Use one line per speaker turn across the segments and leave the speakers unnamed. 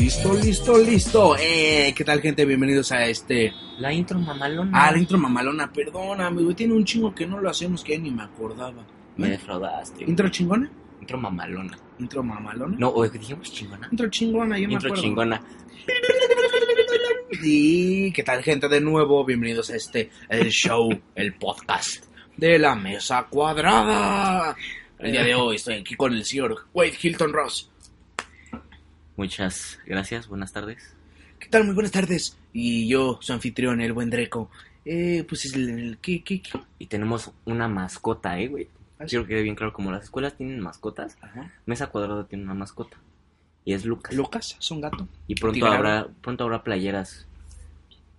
Listo, listo, listo. Eh, ¿Qué tal, gente? Bienvenidos a este.
La intro mamalona.
Ah, la intro mamalona. Perdóname, güey. Tiene un chingo que no lo hacemos que ni me acordaba.
Me defraudaste.
¿Intro chingona?
Intro mamalona.
¿Intro mamalona?
No, o dijimos chingona.
Intro chingona, yo me
Intro
acuerdo.
chingona.
Y qué tal, gente, de nuevo. Bienvenidos a este. El show, el podcast de la mesa cuadrada. El día de hoy estoy aquí con el señor Wade Hilton Ross.
Muchas gracias, buenas tardes.
¿Qué tal? Muy buenas tardes. Y yo, su anfitrión, el buen Dreco. Eh, pues es el. el- ¿Qué, qué, qué?
Y tenemos una mascota, eh, güey.
Ah, sí.
Quiero que quede bien claro, como las escuelas tienen mascotas,
Ajá.
Mesa Cuadrada tiene una mascota. Y es Lucas.
Lucas, son gato.
y pronto
Tigrado.
habrá, pronto habrá playeras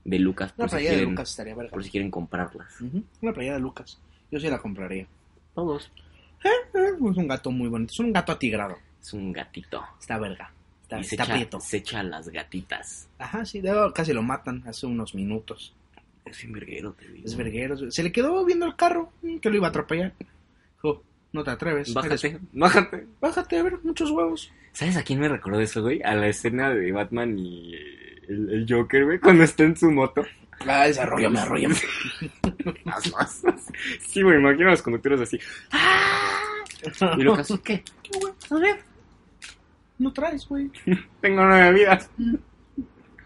de Lucas.
Una
por si
playera de
quieren-
Lucas estaría verga.
Por si quieren comprarlas.
Ujú, Una playera de Lucas. Yo sí la compraría.
Todos.
Eh, Es un gato muy bonito. Es un gato atigrado.
Es un gatito.
Está verga. Está,
y se
está
echa-
prieto.
se echa a las gatitas.
Ajá, sí. de hecho, casi lo matan hace unos minutos.
Es un verguero, te digo.
Es verguero. Se le quedó viendo el carro mm, que lo iba a atropellar. Dijo, no te atreves.
Bájate,
eres-
bájate.
Bájate a ver muchos huevos.
¿Sabes a quién me recordó eso, güey? A la escena de Batman y eh, el, el Joker, güey, cuando está en su moto.
Ah, desarrollame, arrollame.
Las masas. Sí, güey, imagino a los conductores así. ¡Ah! Y Lucas, ¿qué? A ver,
No traes, güey.
tengo nueve vidas.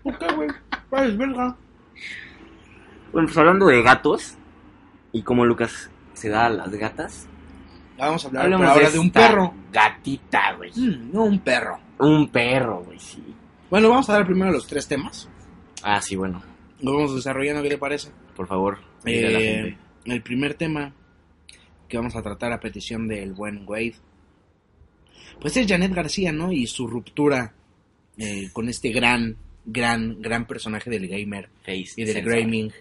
¿Por qué, güey? Vales, verga.
Bueno, pues hablando de gatos y cómo Lucas se da a las gatas.
Ya Vamos a hablar
hablemos
pero ahora de un
esta
perro.
Gatita, güey.
Mm, no un perro.
Un perro, güey, sí.
Bueno, vamos a dar primero los tres temas.
Ah, sí, bueno,
Lo vamos desarrollando, ¿qué te parece?
por favor. dile a la
Eh,
gente.
el primer tema que vamos a tratar a petición del buen Wade, pues es Janet García, ¿no? Y su ruptura eh, con este gran, gran, gran personaje del gamer
Face
y del
sensor.
gaming,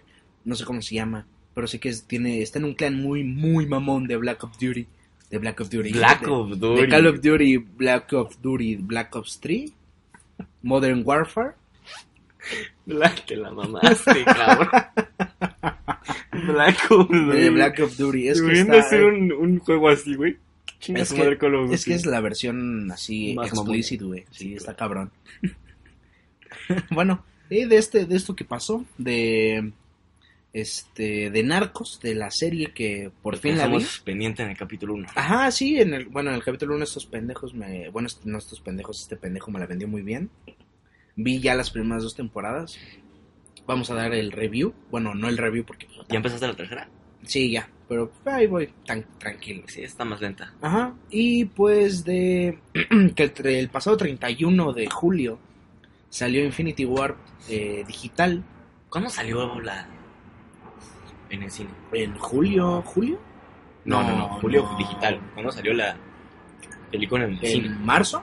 no sé cómo se llama, pero sé que es- tiene, está en un clan muy, muy mamón de Black Ops Duty, de Black Ops Duty,
Black
de,
of
de
Duty.
Call of Duty, Black Ops Duty, Black Ops 3, Modern Warfare.
Black, te la mamaste, cabrón. Black Ops,
De
güey.
Black Ops Duty, es que
Deberían
está- eh.
de hacer un, un juego así, güey. Chinga
Es
su
que-
madre Call of
Es que
Duty.
es la versión así
Más
explícita, güey. Sí,
Sí,
está cabrón. bueno, y de este, de esto que pasó, de este, de Narcos, de la serie que por fin la vi.
Estamos pendiente en el capítulo 1.
Ajá, sí, en el, bueno, en el capítulo 1 estos pendejos me, bueno, est- no estos pendejos, este pendejo me la vendió muy bien. Vi ya las primeras dos temporadas. Vamos a dar el review. Bueno, no el review porque... pues,
¿Ya empezaste la tercera?
Sí, ya. Pero ahí voy, tan tranquilo.
Sí, está más lenta.
Ajá, y pues de que el, tre- el pasado 31 de julio salió Infinity War eh, digital
¿Cuándo salió la... en el cine?
en julio, julio,
No, no, no,
No,
Julio
no.
Digital. ¿Cuándo salió la película en el cine?
en marzo,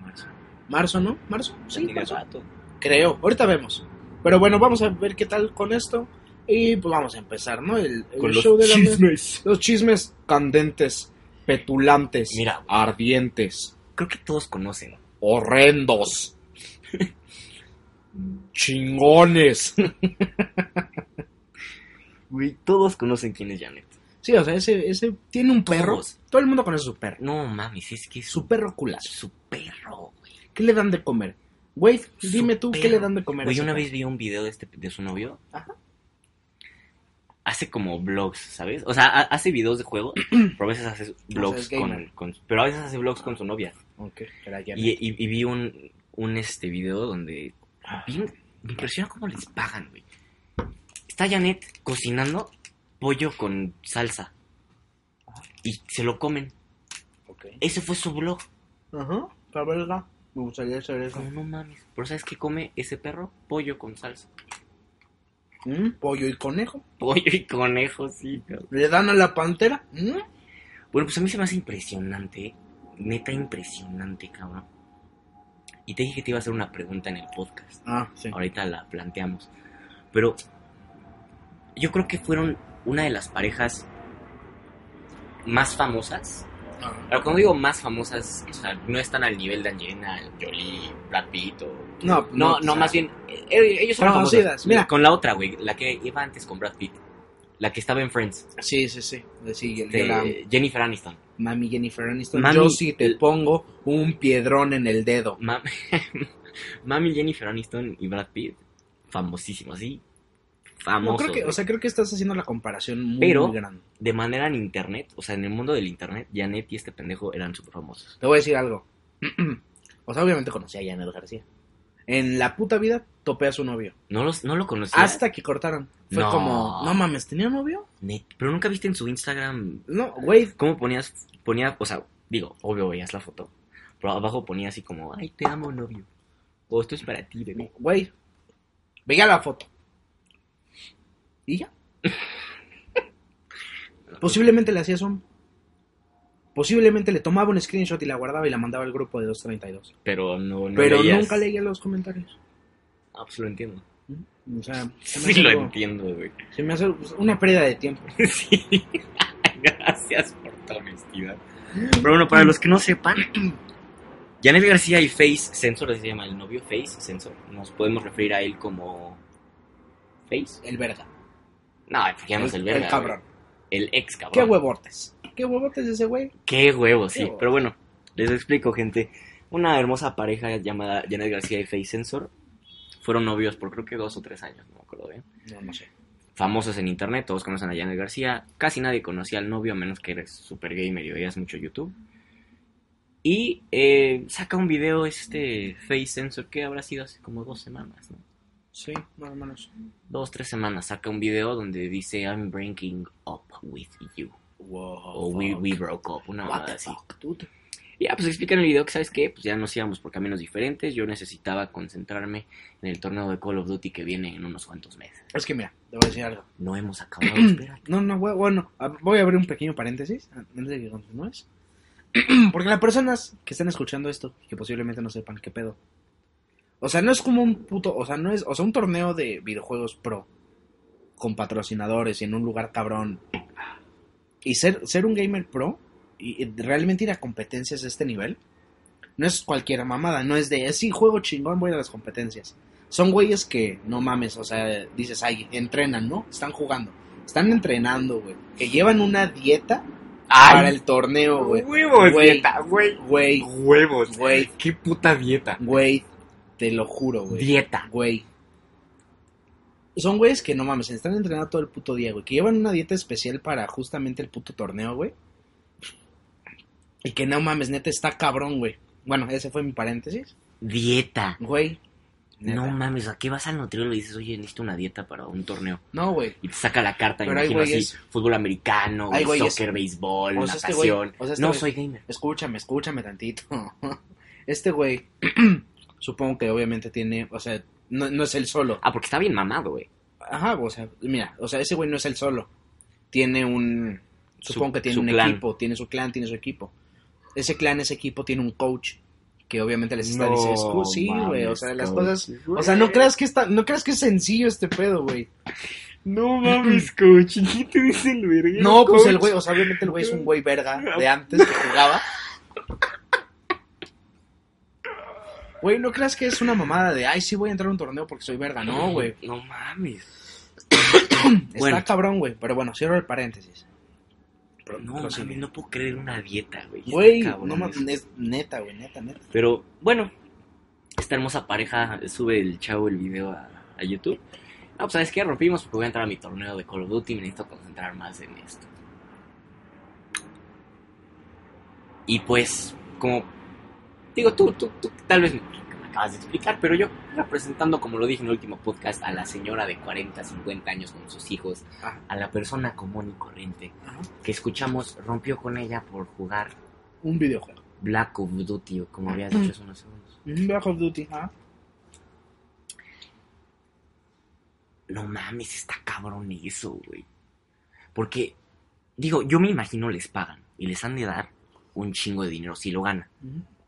Marzo.
marzo, ¿no? Marzo,
Ya
sí,
tiene
marzo.
rato.
creo, ahorita vemos. Pero bueno, vamos a ver qué tal con esto y pues vamos a empezar, ¿no? El, el
Con los
show de la
chismes.
los chismes candentes, petulantes,
Mira.
ardientes,
Creo que todos conocen.
horrendos, chingones.
Güey, todos conocen quién es Janet.
Sí, o sea, ese, ese tiene un perro.
Todos.
Todo el mundo conoce su perro.
No mames, es que es su,
Su perro culazo.
su perro, güey.
¿Qué le dan de comer? Güey,
Su
dime tú, ¿qué
perro.
le dan de comer? a
Güey,
ese
una
perro?
vez vi un video de, este, de su novio.
Ajá.
Hace como vlogs, ¿sabes? O sea, ha- hace videos de juegos, pero a veces hace vlogs
es gamer.
con, con- Pero a veces hace vlogs con su novia.
Ok, era ya.
Y, y- y vi un, un este video donde... vi- me impresiona cómo les pagan, güey. Está Janet cocinando pollo con salsa. Y se lo comen.
Ok.
Ese fue su vlog.
Ajá, la verga. Me gustaría hacer eso.
Como no mames. Pero ¿sabes qué come ese perro? Pollo con salsa.
Mm, Pollo y conejo.
Pollo y conejo, sí, cabrón.
¿Le dan a la pantera? Mm.
Bueno, pues a mí se me hace impresionante, neta impresionante, cabrón. Y te dije que te iba a hacer una pregunta en el podcast.
Ah, sí.
Ahorita la planteamos. Pero yo creo que fueron una de las parejas más famosas.
Ah.
Ahora, cuando digo más famosas, o sea, no están al nivel de Angelina Jolie, Brad Pitt o-
No,
No, no, más bien, eh, ellos son
Conocidas,
famosos.
mira.
Con la otra, güey, la que iba antes con Brad Pitt. La que estaba en Friends.
Sí, sí, sí. Sí, yo- yo
este,
la amo.
Jennifer Aniston.
Mami Jennifer Aniston,
Mami-
yo sí te pongo un piedrón en el dedo.
Ma- Mami Jennifer Aniston y Brad Pitt, famosísimos, así. Famosos.
No, creo que, o
güey.
sea, creo que estás haciendo la comparación muy,
Pero-
muy grande.
de manera en internet, o sea, en el mundo del internet, Janet y este pendejo eran súper famosos.
Te voy a decir algo. o sea, obviamente conocí a Janet García. En la puta vida topé a su novio.
No, los, no lo conocía.
Hasta que cortaron. Fue
No.
como, no mames, ¿tenía novio?
Net- Pero nunca viste en su Instagram
No, güey.
cómo ponías, ponía, o sea, digo, obvio veías la foto, pero abajo ponía así como, ay, te amo, novio. O esto es para ti, bebé.
Güey. Veía la foto. Y ya. Posiblemente le hacía zoom. Posiblemente le tomaba un screenshot y la guardaba y la mandaba al grupo de 232.
Pero no, no
Pero
veías-
nunca leía los comentarios.
Ah, pues lo entiendo.
O sea, se me
Sí,
hace
lo
algo-
entiendo, güey.
se me hace una pérdida de tiempo.
Sí. Gracias por tu honestidad. Pero bueno, para los que no sepan, Janet García y Face Sensor, así se llama el novio Face Sensor. Nos podemos referir a él como. Face.
El verga.
No, porque ya no es el verga.
El cabrón.
güey. El ex cabrón.
Qué huevortes. Qué huevortes ese güey.
Qué huevo, sí.
Qué huevo.
Pero bueno, les explico, gente. Una hermosa pareja llamada Janet García y Face Sensor fueron novios por creo que dos o tres años, no me acuerdo bien.
No, no sé.
famosos en internet, todos conocen a Janet García, casi nadie conocía al novio a menos que eres super gamer y veías mucho YouTube. Y eh, saca un video este Face Sensor que habrá sido hace como dos semanas, ¿no?
Sí, más o menos.
Dos, tres semanas, saca un video donde dice I'm breaking up with you.
Wow.
o Oh, we, we uh, broke up, una
What
mamada
the
así.
fuck, dude.
Ya, pues explica en el video que, ¿sabes qué? Pues ya nos íbamos por caminos diferentes. Yo necesitaba concentrarme en el torneo de Call of Duty que viene en unos cuantos meses.
Es que mira, te voy a decir algo.
No hemos acabado, espera.
No, no, güey, bueno, a- voy a abrir un pequeño paréntesis antes de que continúes. Porque las personas que están escuchando esto y que posiblemente no sepan qué pedo. O sea, no es como un puto, o sea, no es, o sea, un torneo de videojuegos pro con patrocinadores y en un lugar cabrón. Y ser, ser un gamer pro y, y realmente ir a competencias de este nivel no es cualquier mamada, no es de, sí, juego chingón, voy a las competencias. Son güeyes que, no mames, o sea, dices, ay, entrenan, ¿no? Están jugando. Están entrenando, güey. Que llevan una dieta para el torneo, güey.
huevos,
Güey.
dieta, güey.
Güey,
Huevos,
Güey.
Qué puta dieta.
güey, te lo juro, güey.
Dieta.
Güey. Son güeyes que no mames, están entrenando todo el puto día, güey. Que llevan una dieta especial para justamente el puto torneo, güey. Y que no mames, neta, está cabrón, güey. Bueno, ese fue mi paréntesis.
Dieta.
Güey. neta.
No mames, ¿a qué vas al nutriólogo y dices, oye, necesito una dieta para un torneo?
No, güey.
Y te saca la carta,
Pero hay
imagino así,
güeyes-
fútbol americano,
Hay
güey,
güeyes-
soccer, béisbol,
O sea, este güey-
natación.
o sea, este
no,
güey-
soy gamer.
Escúchame, escúchame tantito. Este güey, supongo que obviamente tiene, o sea, no, no es el solo.
Ah, porque está bien mamado, güey.
Ajá, o sea, mira, o sea, ese güey no es el solo. Tiene un, supongo
Su-
que tiene
su
un
clan.
equipo, tiene su clan, tiene su equipo. Ese clan, ese equipo tiene un coach que obviamente les está
No
diciendo, "Escu- sí, güey, o
mames,
sea, las
coach.
cosas, o sea, no creas que está, no creas que es sencillo este pedo, güey.
No mames, coach. ¿Qué te dice el verga?
No, pues el güey, o sea, obviamente el güey es un güey verga de antes que jugaba. Güey, no creas que es una mamada de, ay, sí voy a entrar a un torneo porque soy verga. Ah, No, güey.
No mames. Bueno.
Está cabrón, güey. Pero bueno, cierro el paréntesis. Pero-
No
pero
mames,
sí.
no puedo creer una dieta, güey. Está
Güey,
cabrón
no mames,
eso.
es neta, güey, neta, neta.
Pero bueno, esta hermosa pareja sube el chavo el video a, a YouTube. No, pues sabes qué, rompimos porque voy a entrar a mi torneo de Call of Duty y me necesito concentrar más en esto. Y pues, como digo, tú, tú, tú tal vez me, me acabas de explicar, pero yo representando, como lo dije en el último podcast, a la señora de 40, 50 años con sus hijos,
Ajá.
a la persona común y corriente
Ajá.
que escuchamos rompió con ella por jugar
Un videojuego.
Black of Duty, o como habías dicho hace unos segundos.
Un Black of Duty, ajá.
No mames, está cabrón eso, güey. Porque, digo, yo me imagino les pagan y les han de dar un chingo de dinero si lo ganan,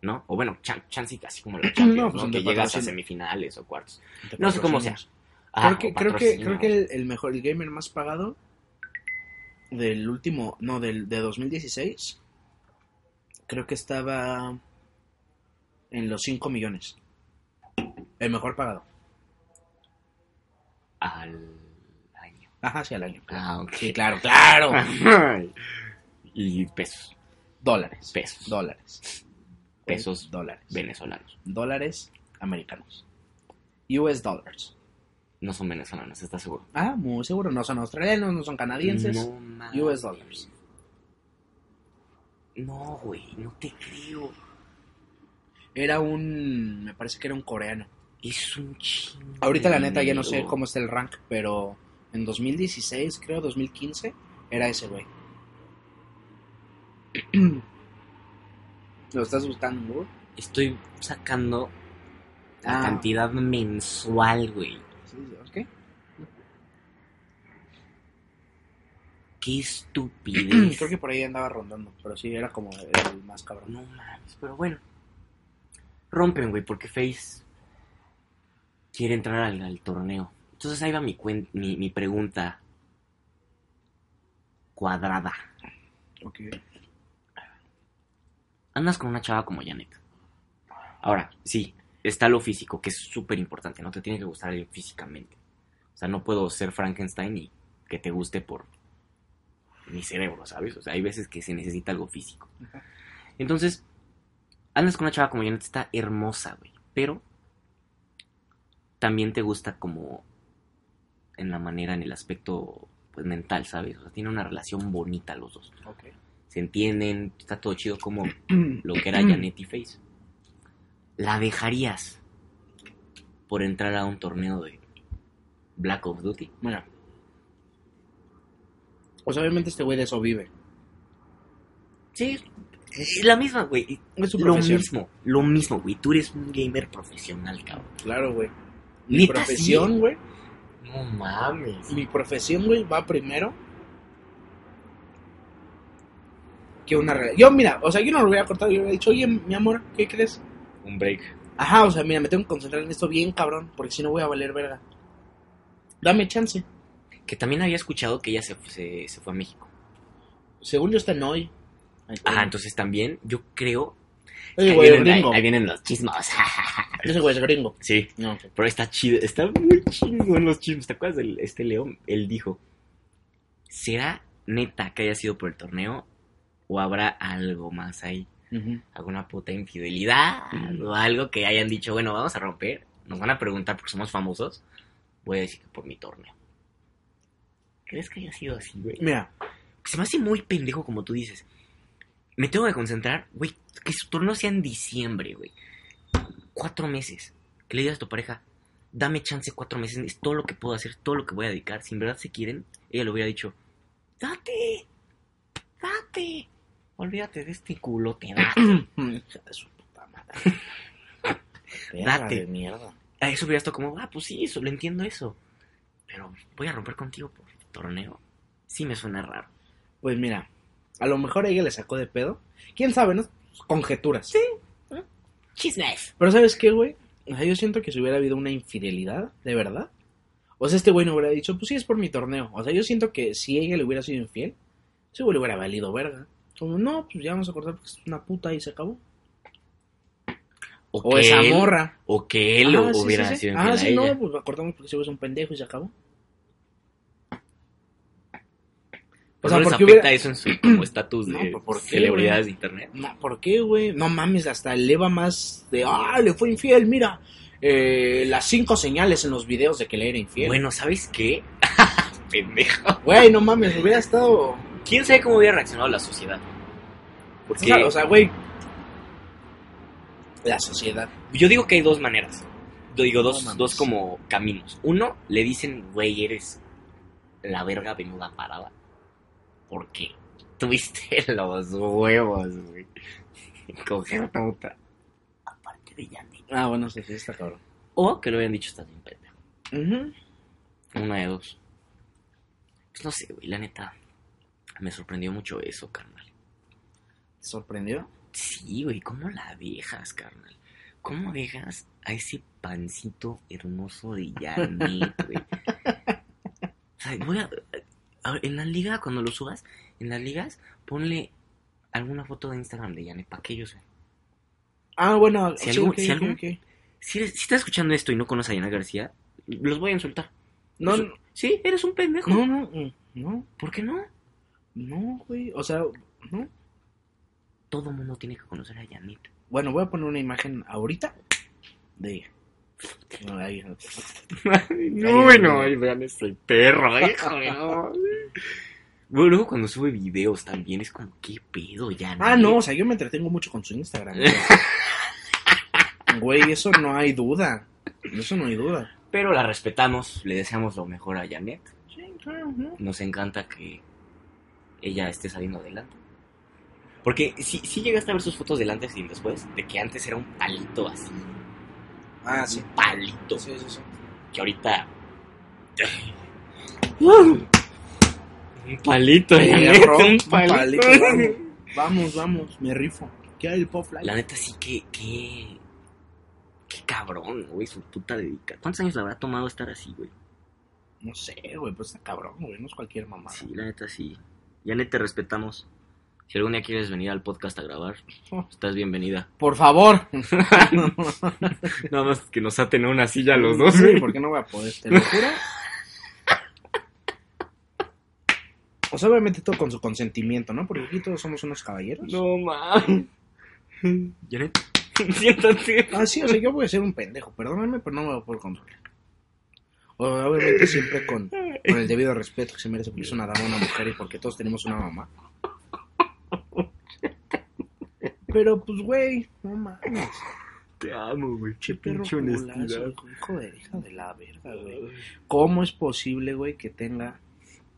¿no? O bueno, chan, chance y casi como la Champions,
No, pues,
¿no?
donde
Que llegas a
patrocinan.
semifinales o cuartos.
Te
No sé cómo sea.
patrocinas.
Ah,
creo que,
o
creo que, creo
patrocinan.
que el, el mejor, el gamer más pagado del último, no, del de 2016, creo que estaba en los 5 millones. El mejor pagado.
Al año.
Ajá, sí, al año.
Ah, ok.
Sí, claro, claro.
y pesos.
Dólares.
Pesos.
Dólares.
Pesos
Dólares.
venezolanos.
Dólares americanos. US dollars.
No son venezolanos, ¿estás seguro?
Ah, muy seguro. No son australianos, no son canadienses.
No mames.
US dollars.
No, güey, no te creo.
Era un. Me parece que era un coreano.
Es un chingo.
Ahorita,
de
la neta, ya no sé
dinero.
cómo está el rank, pero en 2016, creo, 2015, era ese güey. ¿Lo estás buscando en Google?
Estoy sacando la
Ah.
cantidad mensual, güey.
Sí, ok.
Qué estupidez.
Creo que por ahí andaba rondando, pero sí, era como el más cabrón.
No mames, pero bueno. Rompen, güey, porque Face quiere entrar al, al torneo. Entonces ahí va mi, cuen- mi, mi pregunta cuadrada.
Ok.
Andas con una chava como Janet. Ahora, sí, está lo físico, que es súper importante, ¿no? Te tiene que gustar alguien físicamente. O sea, no puedo ser Frankenstein y que te guste por mi cerebro, ¿sabes? O sea, hay veces que se necesita algo físico.
Ajá.
Entonces, andas con una chava como Janet, está hermosa, güey. Pero también te gusta como en la manera, en el aspecto pues mental, ¿sabes? O sea, tiene una relación bonita los dos.
Ok.
Se entienden, está todo chido como lo que era Janet y Face. ¿La dejarías por entrar a un torneo de Black of Duty?
Mira. Pues obviamente este güey de eso vive.
Sí, es la misma, güey.
Es su
Lo
profesión.
mismo, lo mismo, güey. Tú eres un gamer profesional, cabrón.
Claro, güey. Mi
Neta,
profesión, güey.
No mames.
Mi profesión, güey, va primero. Que una re- Yo, mira, o sea, yo no lo hubiera cortado. Yo le hubiera dicho, oye, mi amor, ¿qué crees?
Un break.
Ajá, o sea, mira, me tengo que concentrar en esto bien, cabrón. Porque si no voy a valer verga. Dame chance.
Que también había escuchado que ella se, se- se fue a México.
Según yo, está en hoy.
Ajá, entonces también yo creo...
Ese
ahí,
güey es
vienen, ahí-
gringo.
ahí vienen los chismos.
Ese güey es gringo.
sí,
No, ok.
Pero está chido, está muy chingón los chismes. ¿Te acuerdas del este León? Él dijo: ¿Será neta que haya sido por el torneo? ¿O habrá algo más ahí?
Ujú.
¿Alguna puta infidelidad?
Mm.
¿O algo que hayan dicho, bueno, vamos a romper? Nos van a preguntar porque somos famosos. Voy a decir que por mi torneo. ¿Crees que haya sido así, güey?
Mira,
Se me hace muy pendejo como tú dices. Me tengo que concentrar, güey, que su torneo sea en diciembre, güey. Cuatro meses. Que le digas a tu pareja, dame chance cuatro meses, es todo lo que puedo hacer, todo lo que voy a dedicar. Si en verdad se quieren, ella le hubiera dicho, date, date. Olvídate de este culote, date.
hija de su puta madre. Perra
Date.
de mierda.
A eso hubiera estado como, ah, pues sí, eso, lo entiendo eso. Pero voy a romper contigo por torneo. Sí me suena raro.
Pues mira, a lo mejor ella le sacó de pedo. ¿Quién sabe, no? Conjeturas.
Chismes.
Pero ¿sabes qué, güey? O sea, yo siento que si hubiera habido una infidelidad, de verdad. O sea, este güey no hubiera dicho, pues sí, es por mi torneo. O sea, yo siento que si ella le hubiera sido infiel, ese güey le hubiera valido verga. Como, no, pues ya vamos a cortar porque es una puta y se acabó. O
que
esa
él-
morra.
O que él
Ah, sí,
hubiera
sí, sí.
sido infiel
Ah,
a
sí,
ella.
no, pues cortamos porque ese güey es un pendejo y se acabó.
O
O sea,
sea, ¿les
porque
afecta
hubiera-
eso en su como estatus de
No, pues, ¿por qué,
celebridades de internet?
No, ¿por qué, güey? No mames, hasta eleva más de, ah, le fue infiel, mira. eh, las cinco señales en los videos de que le era infiel.
Bueno, ¿sabes qué? Pendejo.
Güey, no mames, hubiera estado...
¿Quién sabe cómo hubiera reaccionado la sociedad?
O
Porque
sea, o sea, güey. La sociedad.
yo digo que hay dos maneras. Yo digo
No
dos,
mames.
dos como caminos. Uno, le dicen, güey, eres la verga venuda parada. ¿Por qué? Tuviste los huevos, güey. Coger puta. Aparte de Yandy.
Ah, bueno, sí, sí, está cabrón.
O que lo habían dicho, estás bien pendejo. Una de dos. Pues no sé, güey, la neta. Me sorprendió mucho eso, carnal.
¿Te sorprendió?
Sí, güey, ¿cómo la dejas, carnal? ¿Cómo dejas a ese pancito hermoso de Janet, güey? O sea, voy a- a ver, en la liga, cuando lo subas, en las ligas, ponle alguna foto de Instagram de Janet para que ellos vean.
Ah, bueno,
Si
sí,
algún-
ok, ok,
si algún-
ok.
Si, eres- si estás escuchando esto y no conoces a Janet García, los voy a insultar.
No,
Eso- Sí, eres un pendejo.
no, no, no, no,
¿Por qué no?
no, güey. O sea, no.
Todo mundo tiene que conocer a Janet.
Bueno, voy a poner una imagen ahorita de ella. No, ahí-
no, bueno, ay, vean este perro, híjole, no. Bueno, luego cuando sube videos también es como, ¿qué pedo, Janet?
Ah, no, o sea, yo me entretengo mucho con su Instagram. güey. Güey, eso no hay duda. Eso no hay duda.
Pero la respetamos, le deseamos lo mejor a Janet.
Sí, claro, ¿no?
Nos encanta que ella esté saliendo adelante. Porque si, si llegaste a ver sus fotos del antes y del después, de que antes era un palito así,
Ah, sí.
un palito,
Sí, sí, sí.
que ahorita...
¡Ah!
un palito, Janet,
Perro,
un
un
palito.
palito, vamos. Vamos, vamos, me rifo. ¿Qué hay el pop
La neta sí que, que, qué cabrón, güey, su puta dedica. ¿Cuántos años le habrá tomado estar así, güey?
No sé, güey, pues está cabrón, güey, no es cualquier mamá.
Sí, la neta sí. Ya neta te respetamos. Si algún día quieres venir al podcast a grabar, estás bienvenida.
Por favor.
Nada más que nos aten a una silla
Sí, porque no voy a poder, te lo juro. O sea, obviamente todo con su consentimiento, ¿no? Porque aquí todos somos unos caballeros.
No mames. Janet, siéntate.
Ah, sí, o sea, yo voy a ser un pendejo, perdóname, pero no me voy a poder controlar. O- Obviamente siempre con, con el debido respeto que se merece porque es una dama, una mujer y porque todos tenemos una mamá. Pero pues, güey, no mames.
Te amo, güey. Qué
Che perro
pinche honestidad.
culazo, hijo de hija de la verga, güey. ¿Cómo es posible, güey, que tenga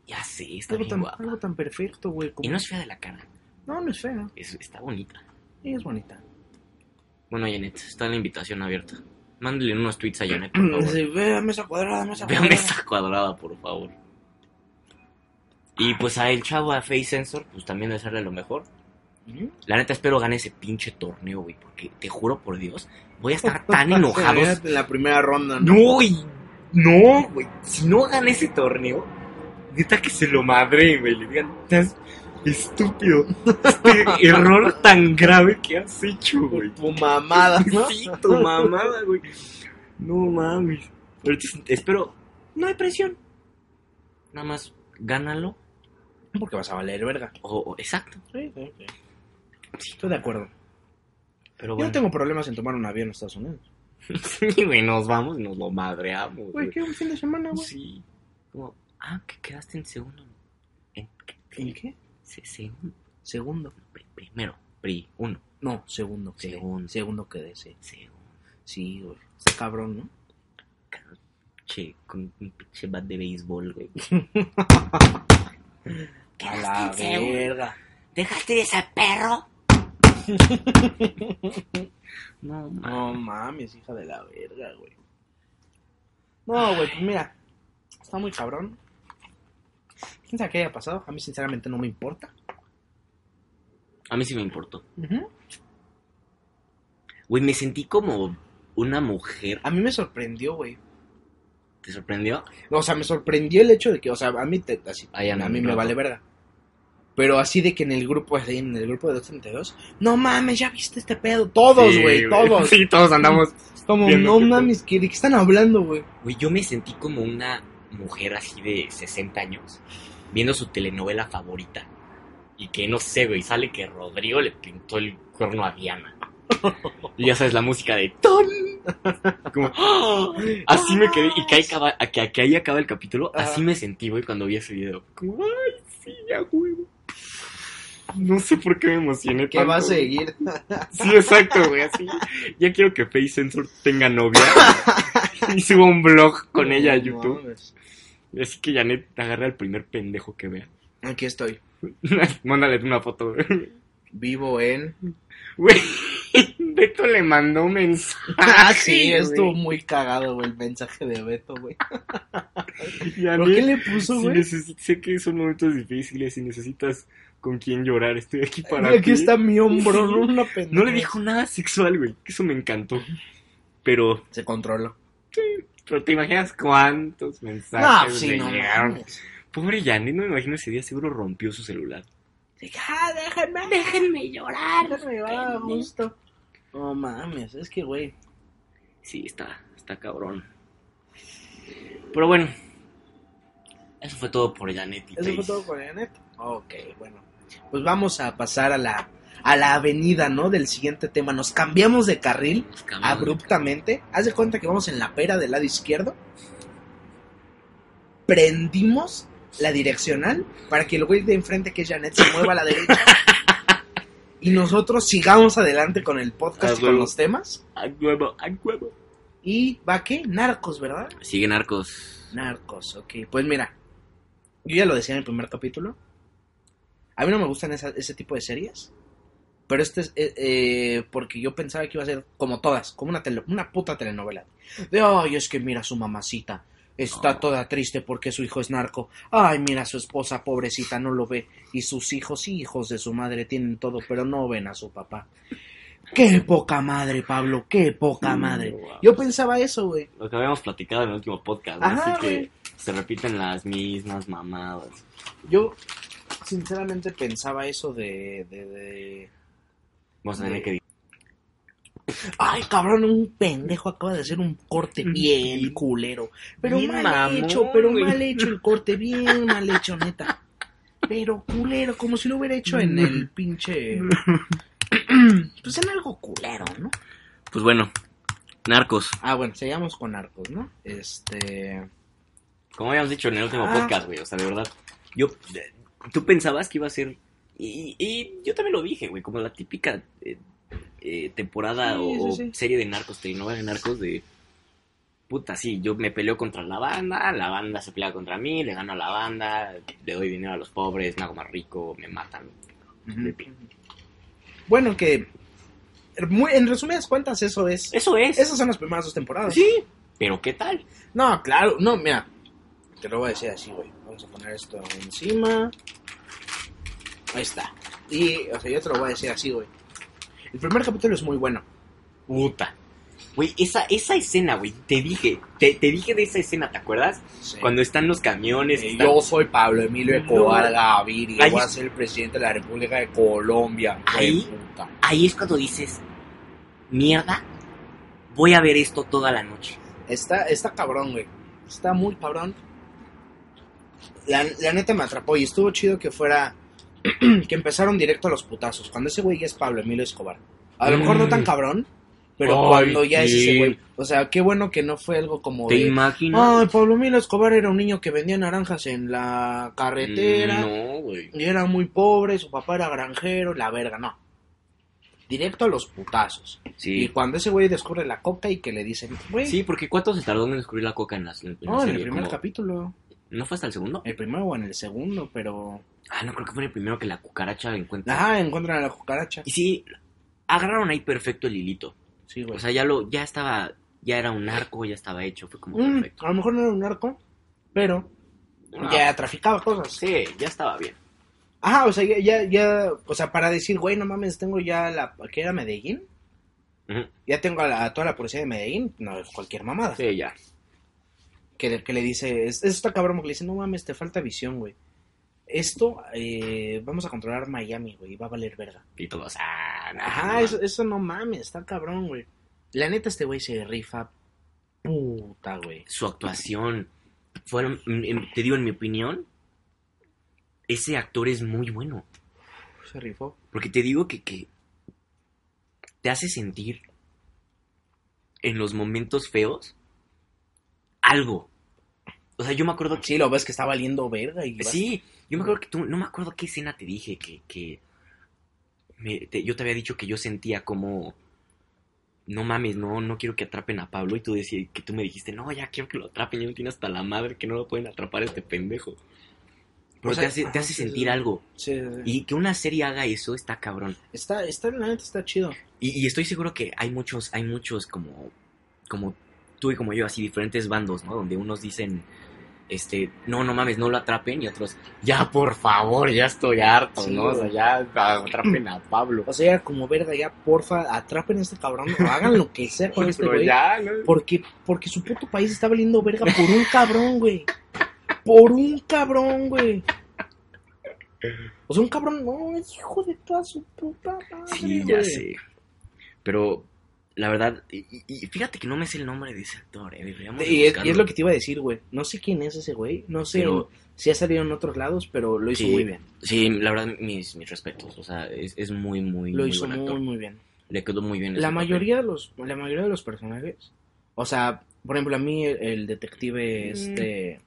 Ya sé, está
algo
bien
tan,
guapa.
algo tan perfecto, güey?
Y
como-
no es fea de la cara,
No, no es fea.
es- está bonita.
Ella es bonita.
Bueno, Janet, está la invitación abierta. Mándale unos tweets a Janet, por favor.
Sí, ve a mesa cuadrada, mesa
Vean
cuadrada.
esa cuadrada, por favor. Y pues a el chavo, a Face Sensor, pues también desearle lo mejor.
Ujú.
La neta, espero gane ese pinche torneo, güey, porque te juro por Dios, voy a estar tan enojado.
Imagínate la primera ronda, ¿no?
No, y- no, güey, si no gana ese torneo, neta que se lo madre, güey, le digan, estás estúpido, este error tan grave que has hecho, güey.
Tu mamada, ¿no?
Sí, tu mamada, güey. No mames. Ahorita es- espero. No hay presión. Nada más, gánalo.
Porque vas a valer verga.
O, o- exacto.
Sí, sí, sí. Estoy de acuerdo.
Pero
Yo
bueno.
no tengo problemas en tomar un avión a Estados Unidos.
Sí, güey, nos vamos y nos lo madreamos, güey.
¿qué? ¿Un fin de semana,
Sí. Como, ah, que quedaste en segundo. ¿En qué?
¿En qué?
Se- segundo.
Segundo.
pri- primero. Pri. Uno.
No, segundo quedé.
Segundo.
Segundo, segundo quedé, sí.
Segundo.
Sí, güey. Está cabrón, ¿no?
Che, con un pinche bat de béisbol, güey.
A la
Quedaste en segundo.
verga.
¿Dejaste de ese perro? no, ma-
No mames, hija de la verga, güey. No, güey, pues mira. Está muy cabrón. ¿Quién sabe qué haya pasado? A mí, sinceramente, no me importa.
A mí sí me importó. Güey, me sentí como una mujer.
A mí me sorprendió, güey.
¿Te sorprendió?
O sea, me sorprendió el hecho de que, o sea, a mí, te- así,
Ay,
a
Ana,
mí
mi
me
ropa.
vale verga. Pero así de que en el grupo, así, en el grupo de 232, no mames, ya viste este pedo. Todos,
Sí,
güey, todos.
Sí, todos andamos.
Como,
Viendo
no
qué pedo.
mames, ¿qué- ¿de qué están hablando, güey?
Güey, yo me sentí como una mujer así de 60 años viendo su telenovela favorita. Y que no sé, güey, sale que Rodrigo le pintó el cuerno a Diana. Y ya sabes, la música de ton. Como, ¡ah! así me quedé. Y que ahí acaba, a que, a que ahí acaba el capítulo.
Ajá.
Así me sentí, güey, cuando vi ese video. Como, ay, sí, ya, güey. No sé por qué me emocioné
¿Qué va a
tanto, güey.
seguir?
Sí, exacto, güey. Así. Ya quiero que Face Sensor tenga novia y suba un blog con ella a
No
YouTube.
mames.
Así que Janet agarra al primer pendejo que vea.
Aquí estoy,
Mándale una foto, güey.
vivo en...
Güey, Beto le mandó un mensaje.
Ah, sí,
güey.
estuvo muy cagado, güey, el mensaje de Beto, güey. ¿Pero qué
Janet,
le puso,
si
güey?
necesi- sé que son momentos difíciles y necesitas con quién llorar. Estoy aquí para
Aquí
ti.
está mi hombro, no una pendeja.
No le dijo nada sexual, güey. que Eso me encantó. Pero,
Se controló.
pero te imaginas cuántos mensajes
No, sí,
pues le
no
llegaron.
mames.
Pobre Janet, no me imagino ese día, seguro rompió su celular.
Ah, déjenme, déjenme llorar. Déjenme llorar a gusto. No mames, es que, güey.
Sí, está, está cabrón. Pero bueno, eso fue todo por Janet y
Eso fue
Face.
todo con el net. Ok, bueno. Pues vamos a pasar a la a la avenida, ¿no? Del siguiente tema. Nos cambiamos de carril
Nos cambiamos de
abruptamente. Haz de cuenta que vamos en la pera del lado izquierdo. Prendimos la direccional para que el güey de enfrente, que es Janet, se mueva a la derecha. Y nosotros sigamos adelante con el podcast
Ah,
y con
huevo.
los temas.
A huevo, a huevo.
Y va que narcos, ¿verdad?
Sigue Narcos.
Narcos, ok. Pues mira, yo ya lo decía en el primer capítulo. A mí no me gustan esa- ese tipo de series. Pero este es eh, eh, porque yo pensaba que iba a ser como todas, como una, tele- una puta telenovela. De, ay, es que mira su mamacita. Está
No.
toda triste porque su hijo es narco. Ay, mira su esposa, pobrecita, no lo ve. Y sus hijos y hijos de su madre tienen todo, pero no ven a su papá. Qué poca madre, Pablo, qué poca madre.
Wow.
Yo pensaba eso, güey.
Lo que habíamos platicado en el último podcast, ¿no?
Ajá,
así que
güey.
se repiten las mismas mamadas.
Yo sinceramente pensaba eso de, de, de-
Vamos a tener que
Ay, cabrón, un pendejo acaba de hacer un corte bien
Bien.
culero. Pero
Bien
mal
mamón,
hecho, pero
güey.
mal hecho el corte, bien mal hecho, neta. Pero culero, como si lo hubiera hecho en el pinche... Pues en algo culero, ¿no?
Pues bueno, Narcos.
Ah, bueno, seguimos con arcos, ¿no? Este...
Como habíamos dicho en el último
Ah.
podcast, güey. O sea, de verdad. Yo. eh, Tú pensabas que iba a ser. Y, y- y yo también lo dije, güey. Como la típica eh, eh, temporada
Sí,
o,
sí,
o
sí.
serie de narcos, telenovela de narcos de. Puta, sí, yo me peleo contra la banda, la banda se pelea contra mí, le gano a la banda, le doy dinero a los pobres, me hago más rico, me matan.
Bueno, que... muy- en resumidas cuentas, eso es...
Eso es.
Esas son las primeras dos temporadas.
Sí. Pero ¿qué tal?
No, claro, no, mira. Te lo voy a decir así, güey. Vamos a poner esto encima. Ahí está. Y, o sea, yo te lo voy a decir así, güey. El primer capítulo es muy bueno.
Puta. Güey, esa, esa escena, güey, te dije, te, te dije de esa escena, ¿te acuerdas?
Sí.
Cuando están los camiones.
Eh,
están-
yo soy Pablo Emilio Escobar
No.
Gaviria.
Ahí-
Voy a ser el presidente de la República de Colombia.
Ahí-
güey, puta.
Ahí es cuando dices, mierda, voy a ver esto toda la noche.
Está, está cabrón, güey. Está muy cabrón. La, la neta me atrapó y estuvo chido que fuera. que empezaron directo a los putazos. Cuando ese güey ya es Pablo Emilio Escobar. A lo mejor no tan
Mm.
cabrón, pero
Ay,
cuando ya es ese
sí.
güey. O sea, qué bueno que no fue algo como.
¿Te
de,
imaginas?
Ay, Pablo Emilio Escobar era un niño que vendía naranjas en la carretera.
Mm, No, güey.
Y era muy pobre, su papá era granjero, la verga, no. Directo a los putazos. Y
Sí.
cuando ese güey descubre la coca y que le dicen, güey,
Sí, porque ¿cuánto se tardó en descubrir la coca en la, en la
no, en el
serie?
primer Eh.
Como-
capítulo.
¿No fue hasta el segundo?
El primero o en el segundo, pero.
Ah, no, creo que fue el primero que la cucaracha encuentra.
Ajá, encuentran a la cucaracha.
Y sí, agarraron ahí perfecto el hilito.
Sí, güey.
O sea, ya lo, ya estaba, ya era un narco, ya estaba hecho, fue como
Mm,
perfecto.
a lo mejor no era un narco, pero
Ah,
ya traficaba cosas.
sí, ya estaba bien.
Ajá, o sea, ya, ya, ya, o sea, para decir, güey, no mames, tengo ya la. ¿Qué era Medellín?
Ujú.
Ya tengo a, la- a toda la policía de Medellín, no es cualquier mamada.
Sí, ya.
Que, le- que le dice, es, es esta cabrón que le dice, no mames, te falta visión, güey. Esto, eh, vamos a controlar Miami, güey, y va a valer verga.
Y todos, ah, no, no,
Ajá, eso, eso no mames, está cabrón, güey. La neta, este güey se rifa puta, güey.
su actuación fueron, en- en- te digo en mi opinión, ese actor es muy bueno.
Se rifó.
Porque te digo que, que te hace sentir en los momentos feos algo. O sea, yo me acuerdo que
Sí, lo ves que está valiendo verga y vas-
Sí, yo me acuerdo que tú, no me acuerdo qué escena te dije que, que me- te- yo te había dicho que yo sentía como, no mames, no, no quiero que atrapen a Pablo y tú decías que tú me dijiste, no, ya quiero que lo atrapen, ya no tiene hasta la madre que no lo pueden atrapar a este pendejo.
O
Pero
sea,
te hace, te
ajá,
hace
sí, sí,
sentir
sí.
algo.
Sí, sí, sí.
Y que una serie haga eso está cabrón.
Está, está, la neta está chido.
Y, y estoy seguro que hay muchos, hay muchos como, como tú y como yo, así diferentes bandos, ¿no? Donde unos dicen, este, no, no mames, no lo atrapen, y otros, ya por favor, ya estoy harto,
Sí,
¿no? O sea,
güey.
ya atrapen a Pablo.
O sea, era como verga, ya, porfa, atrapen a este cabrón, o hagan lo que sea con este
Pero
güey.
ya, ¿no?
Porque, porque su puto país está valiendo verga por un cabrón, güey. Por un cabrón, güey. O sea, un cabrón, no, es hijo de toda su puta madre.
Sí, ya
güey.
sé. Pero La verdad, y, y- y fíjate que no me sé el nombre de ese actor, eh, deberíamos de
Y es, y
buscarlo.
es lo que te iba a decir, güey. No sé quién es ese güey. No sé
Pero-
si ha salido en otros lados, pero lo hizo
Sí,
muy bien.
Sí, la verdad, mis, mis respetos. O sea, es, es muy, muy,
Lo
muy
hizo
buen actor.
muy, muy bien.
Le quedó muy bien. ese
La
papel.
mayoría, de los, la mayoría de los personajes. O sea, por ejemplo, a mí el, el detective
Mm.
este,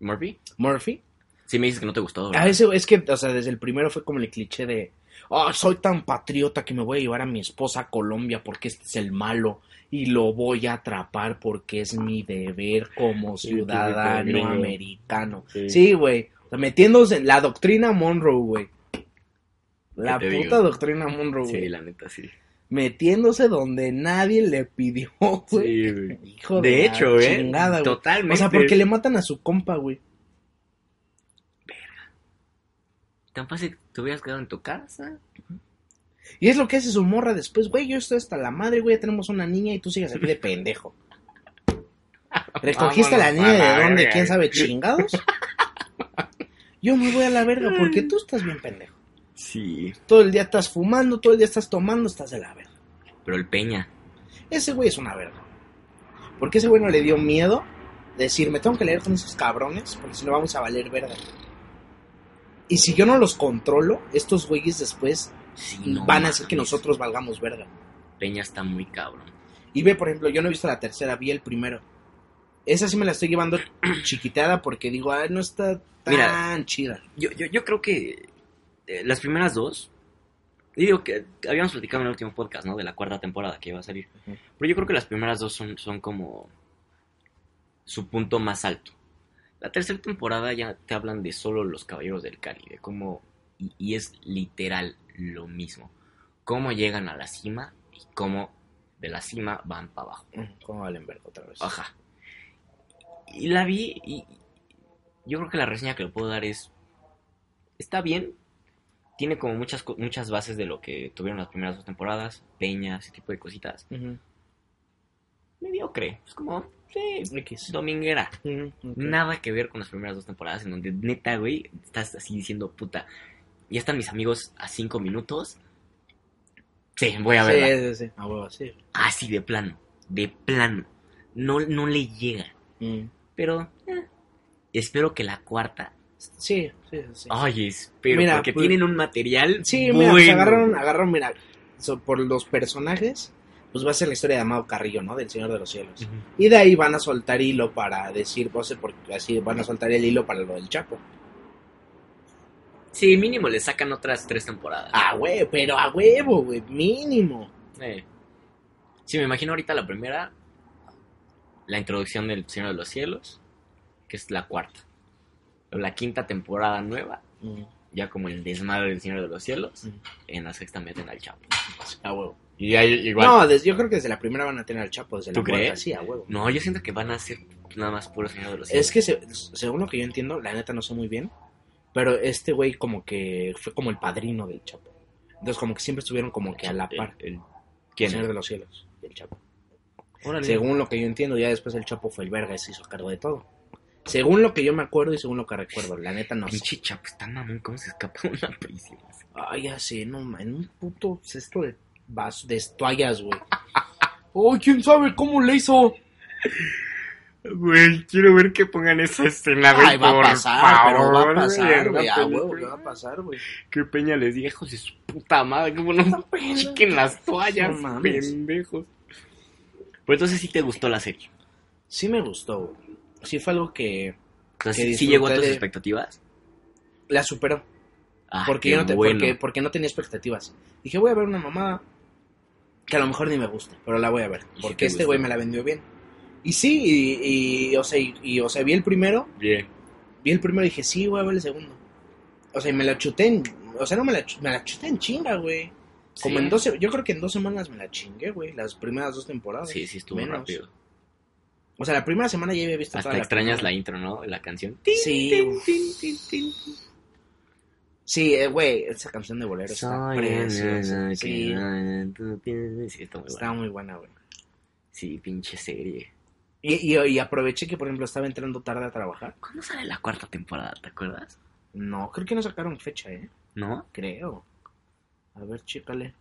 ¿Murphy?
Murphy.
Sí, me dices que no te gustó.
A
¿verdad?
Ah, ese, es que, o sea, desde el primero fue como el cliché de. Oh, soy tan patriota que me voy a llevar a mi esposa a Colombia porque este es el malo y lo voy a atrapar porque es mi deber como ciudadano
gringo.
americano.
Sí.
Sí, güey. O sea, metiéndose en la doctrina Monroe, güey. La
te
puta
digo?
doctrina Monroe,
Sí,
güey.
la neta, sí.
Metiéndose donde nadie le pidió, güey.
Sí, güey.
este Hijo de,
De
la
hecho, ¿eh?
chingada, güey.
Totalmente.
O sea, porque le matan a su compa, güey.
Tan fácil que te hubieras quedado en tu casa.
Y es lo que hace su morra después, güey. Yo estoy hasta la madre, güey. ya Tenemos una niña y tú sigues aquí de pendejo. ¿Recogiste a la
Vámonos
niña
a la
de dónde?
verga.
¿Quién sabe? ¿Chingados? Yo me voy a la verga porque tú estás bien pendejo.
Sí.
Todo el día estás fumando, todo el día estás tomando, estás de la verga.
Pero el Peña.
Ese güey es una verga. Porque ese güey no le dio miedo decir, me tengo que leer con esos cabrones, porque si no vamos a valer verga. Y si yo no los controlo, estos güeyes después
Sí, no.
van a hacer que
mames.
nosotros valgamos verga.
Peña está muy cabrón.
Y ve, por ejemplo, yo no he visto la tercera, vi el primero. Esa sí me la estoy llevando chiquitada porque digo, ay, no está tan
Mira.
chida.
Yo, yo, yo creo que eh, las primeras dos. Y digo que habíamos platicado en el último podcast, ¿no? De la cuarta temporada que iba a salir.
Ujú.
Pero yo creo que las primeras dos son, son como su punto más alto. La tercera temporada ya te hablan de solo los Caballeros del Cali, de cómo. Y, y es literal lo mismo. Cómo llegan a la cima y cómo de la cima van para abajo.
Como Mm, valen verga otra vez.
Ajá. Y la vi y yo creo que la reseña que le puedo dar es... Está bien. Tiene como muchas, co- muchas bases de lo que tuvieron las primeras dos temporadas. Peña, ese tipo de cositas.
Ujú.
Mediocre. Es como... Sí.
X.
Dominguera.
Ujú, ok.
Nada que ver con las primeras dos temporadas en donde neta, güey, estás así diciendo puta. Ya están mis amigos a cinco minutos. Sí, voy a verla.
Sí, sí, sí. A huevo, sí.
Así de plano. De plano. No, no le llega.
Mm.
Pero eh, espero que la cuarta.
Sí, sí, sí. sí.
Ay, espero.
Mira,
porque
pues-
tienen un material.
Sí,
bueno.
mira, pues agarraron, agarraron, mira, so- por los personajes, pues va a ser la historia de Amado Carrillo, ¿no? Del Señor de los Cielos.
Ujú.
Y de ahí van a soltar hilo para decir, pues, porque así van a soltar el hilo para lo del Chapo.
Sí, mínimo le sacan otras tres temporadas.
A huevo, pero a huevo, güey, mínimo.
Eh. Sí, me imagino ahorita la primera. La introducción del Señor de los Cielos. Que es la cuarta. La quinta temporada nueva.
Mm,
Ya como el desmadre del Señor de los Cielos.
Ujú.
En la sexta meten al Chapo.
A huevo.
Y ahí igual. No.
No, desde- yo creo que desde la primera van a tener al Chapo, desde la
¿Tú
cuarta,
crees?
sí, a huevo.
yo siento que van a ser nada más puro Señor de los Cielos.
Es que se- según lo que yo entiendo, la neta no sé muy bien, pero este güey como que fue como el padrino del Chapo. Entonces como que siempre estuvieron como que a la par.
El- el-
El Señor
¿Quién?
de los Cielos, del Chapo.
Órale.
Según lo que yo entiendo, ya después el Chapo fue el verga y se hizo cargo de todo. Según lo que yo me acuerdo y según lo que recuerdo, la neta no sé.
Pinche chapo, está mamón, ¿cómo se escapa de una prisión?
Ay, ya sé, no, ma- en un puto cesto de vaso, de toallas, güey. Ay, quién sabe cómo le hizo.
Güey, quiero ver que pongan esa escena,
Ay, va a pasar, pero va a pasar, güey. A huevo, que va a pasar, güey.
Que Peña les diga, hijos de su puta madre, cómo no chiquen las toallas,
No mames.
pendejos. Pues entonces sí te gustó la serie.
Sí me gustó, güey. Sí fue algo que Que
O sea, sí, sí
disfruté
llegó a tus
de-
expectativas.
la superó.
Ah,
porque
qué
yo no te-
bueno.
porque, porque no tenía expectativas. Dije, voy a ver una mamada que a lo mejor ni me gusta, pero la voy a ver.
¿Y si te
Porque este
gustó?
güey me la vendió bien. Y sí, y, y, o sea, y, y, o sea, vi el primero,
Bien.
vi el primero y dije, sí, voy a ver el segundo. O sea, y me la chuté en, o sea, no me la, chu- me la chuté en chinga, güey. Como
Sí.
en dos, se- yo creo que en dos semanas me la chingué, güey, las primeras dos temporadas.
Sí, sí, estuvo
Menos.
rápido.
O sea, la primera semana ya había visto
Hasta
toda la
extrañas la
primera.
intro, ¿no? La canción.
Sí, uf. Sí, eh, güey, esa canción de bolero está
Soy
preciosa.
el-
Sí,
Sí, está muy buena.
está muy buena, güey.
Sí, pinche serie.
Y, y- y aproveché que, por ejemplo, estaba entrando tarde a trabajar.
¿Cuándo sale la cuarta temporada? ¿Te acuerdas?
No, creo que no sacaron fecha, ¿eh?
¿No?
Creo. A ver, chécale.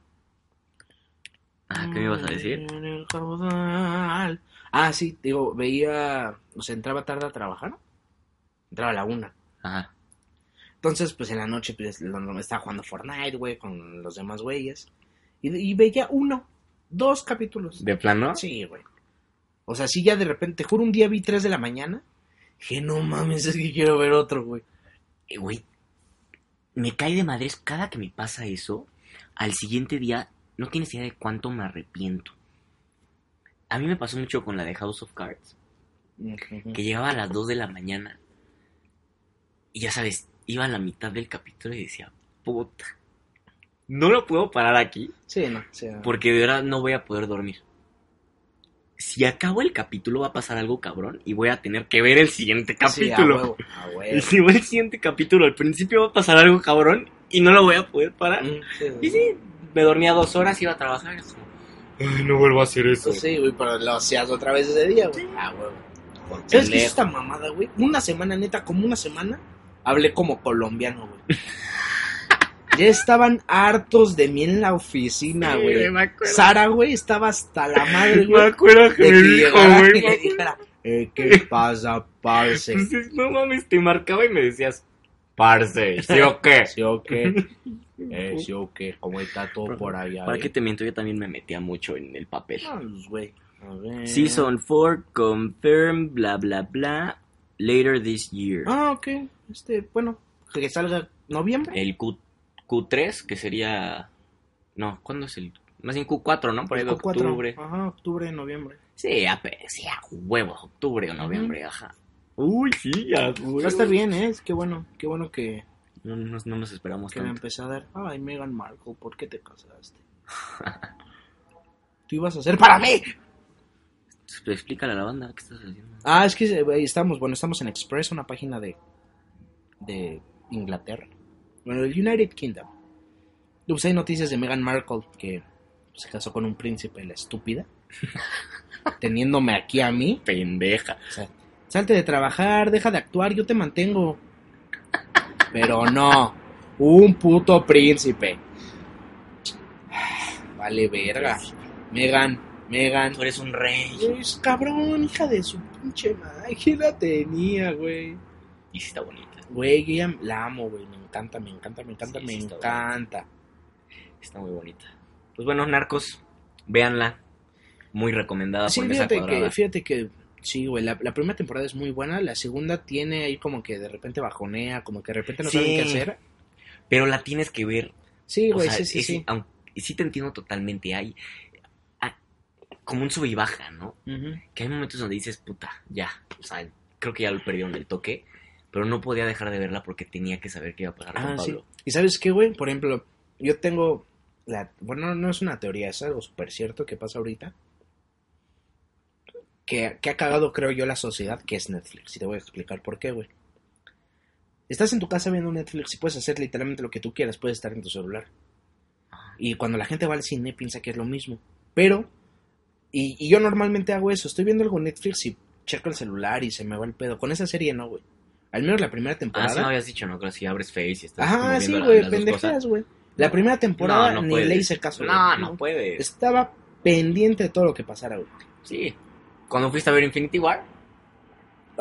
Ah, ¿qué me ibas a
Mm.
decir?
En el caudal. Ah, sí, digo, veía, o sea, entraba tarde a trabajar. Entraba a la una.
Ajá.
Entonces, pues en la noche pues, lo- lo- estaba jugando Fortnite, güey, con los demás güeyes. Y, y veía uno, dos capítulos.
¿De plano?
Sí, güey. O sea, sí, ya de repente, juro, un día vi tres de la mañana. Dije, no mames, es que quiero ver otro, güey.
Eh, güey, me cae de madres cada que me pasa eso. Al siguiente día, no tienes idea de cuánto me arrepiento. A mí me pasó mucho con la de House of Cards, que llegaba a las 2 de la mañana. Y ya sabes, iba a la mitad del capítulo y decía, puta, no lo puedo parar aquí
Sí, no, o sea,
porque de verdad no voy a poder dormir. Si acabo el capítulo va a pasar algo cabrón y voy a tener que ver el siguiente
sí, a
capítulo.
huevo, a
Y
huevo.
si voy al siguiente capítulo, al principio va a pasar algo cabrón y no lo voy a poder parar.
Mm, sí,
Y sí, me dormía dos horas, iba a trabajar. y es como, "Ay, no vuelvo a hacer eso.
Pues sí, güey, pero lo hacías otra vez ese día, güey. Ah, huevo.
Por
¿Sabes qué es
pendejo.
esta mamada, güey? Una semana, neta, como una semana, hablé como colombiano, güey. Ya estaban hartos de mí en la oficina,
Sí,
güey.
me acuerdo.
Sara, güey, estaba hasta la madre,
Me
güey.
acuerdo
De
que me
que
dijo,
llegara
güey.
y le dijera, eh, ¿qué pasa, parce?
pues, es- no mames, te marcaba y me decías, parce, ¿sí o qué?
¿Sí o qué? Eh, ¿Sí o qué? ¿Cómo está todo por allá,
Para
eh?
que te miento, yo también me metía mucho en el papel.
Ah, pues, güey. A ver.
Season 4, confirm, bla, bla, bla, later this year.
Ah, ok. Este, bueno, que salga noviembre.
El Q, Q3, que sería... No, ¿cuándo es el...? Más bien Q4, ¿no? Por ahí de
Q4.
octubre.
Ajá, octubre, noviembre.
Sí, a, pe- sí, a huevos, octubre o noviembre, ajá. Uy, sí, a
Va a estar bien, ¿eh? Es que bueno, qué bueno que,
No, no- no nos esperamos
que me
tanto.
empecé a dar. Ay, Meghan Markle, ¿por qué te casaste? Tú ibas a hacer para mí.
Pues, Explícale a la banda qué estás haciendo.
Ah, es que eh, güey, estamos, bueno, estamos en Express, una página de, de Inglaterra. Bueno, el United Kingdom. Y, Pues hay noticias de Meghan Markle que se casó con un príncipe, la estúpida. teniéndome aquí a mí.
Pendeja.
O sea, salte de trabajar, deja de actuar, yo te mantengo. Pero no, un puto príncipe. Vale, verga. Megan, Megan.
Tú eres un rey.
Es Pues, cabrón, hija de su pinche madre. ¿Qué la tenía, güey?
Y sí está bonita.
Güey, yo ya la amo, güey. Me encanta, me encanta, me encanta,
Sí,
me
sí está
encanta.
Está muy bonita. Pues bueno, narcos, véanla. Muy recomendada
Sí,
por Mesa
fíjate que,
Cuadrada.
fíjate que, sí, güey, la, la primera temporada es muy buena, la segunda tiene ahí como que de repente bajonea, como que de repente no
Sí.
saben qué hacer.
Pero la tienes que ver.
Sí,
o
güey,
sea,
sí, sí,
es-
sí.
aun- y sí te entiendo totalmente. Hay ah, como un sub y baja, ¿no?
Ujú.
que hay momentos donde dices, puta, ya, o sea, creo que ya lo perdieron del toque, pero no podía dejar de verla porque tenía que saber qué iba a pasar
Ah,
con
sí.
Pablo.
¿Y sabes qué, güey? Por ejemplo, yo tengo la... Bueno, no es una teoría, es algo súper cierto que pasa ahorita. Que, que ha cagado, creo yo, la sociedad que es Netflix. Y te voy a explicar por qué, güey. Estás en tu casa viendo Netflix y puedes hacer literalmente lo que tú quieras. Puedes estar en tu celular. Y cuando la gente va al cine piensa que es lo mismo. Pero... Y, y yo normalmente hago eso. Estoy viendo algo en Netflix y checo el celular y se me va el pedo. Con esa serie no, güey. Al menos la primera
Ah,
temporada.
sí me habías dicho, ¿no? Creo que si abres Face y estás como
Ajá, Ah,
viendo
sí,
la-
güey,
las dos cosas.
pendejadas, güey. La primera temporada
No, no
ni
puedes.
le hice caso.
No,
güey.
no puedes.
Estaba pendiente de todo lo que pasara, güey.
Sí. Cuando fuiste a ver Infinity War,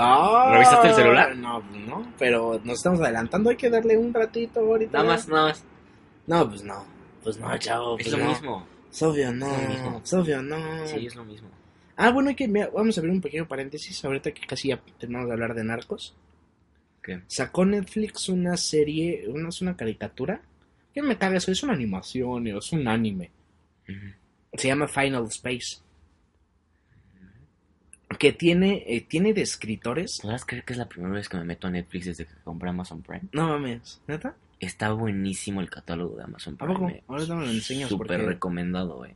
Ah,
¿Revisaste el celular?
No, pues no, pero nos estamos adelantando, hay que darle un ratito ahorita.
nada más, nada más.
No, pues no. Pues no, chavo.
Es
pues
lo
no.
mismo.
Es obvio, no.
Es lo mismo.
Es obvio, no.
Sí, es lo mismo.
Ah, bueno, hay que, mira, vamos a abrir un pequeño paréntesis ahorita que casi ya terminamos de hablar de narcos.
¿Qué?
Sacó Netflix una serie, una, es una caricatura. ¿Qué me caga eso? Es una animación, es un anime. se llama Final Space. Que tiene, eh, tiene de escritores.
¿Podrás creer que es la primera vez que me meto a Netflix desde que compré Amazon Prime?
No mames, ¿neta?
Está buenísimo el catálogo de Amazon
¿A
Prime.
poco?
eh.
Ahora me lo enseñas
Súper
porque...
recomendado, güey.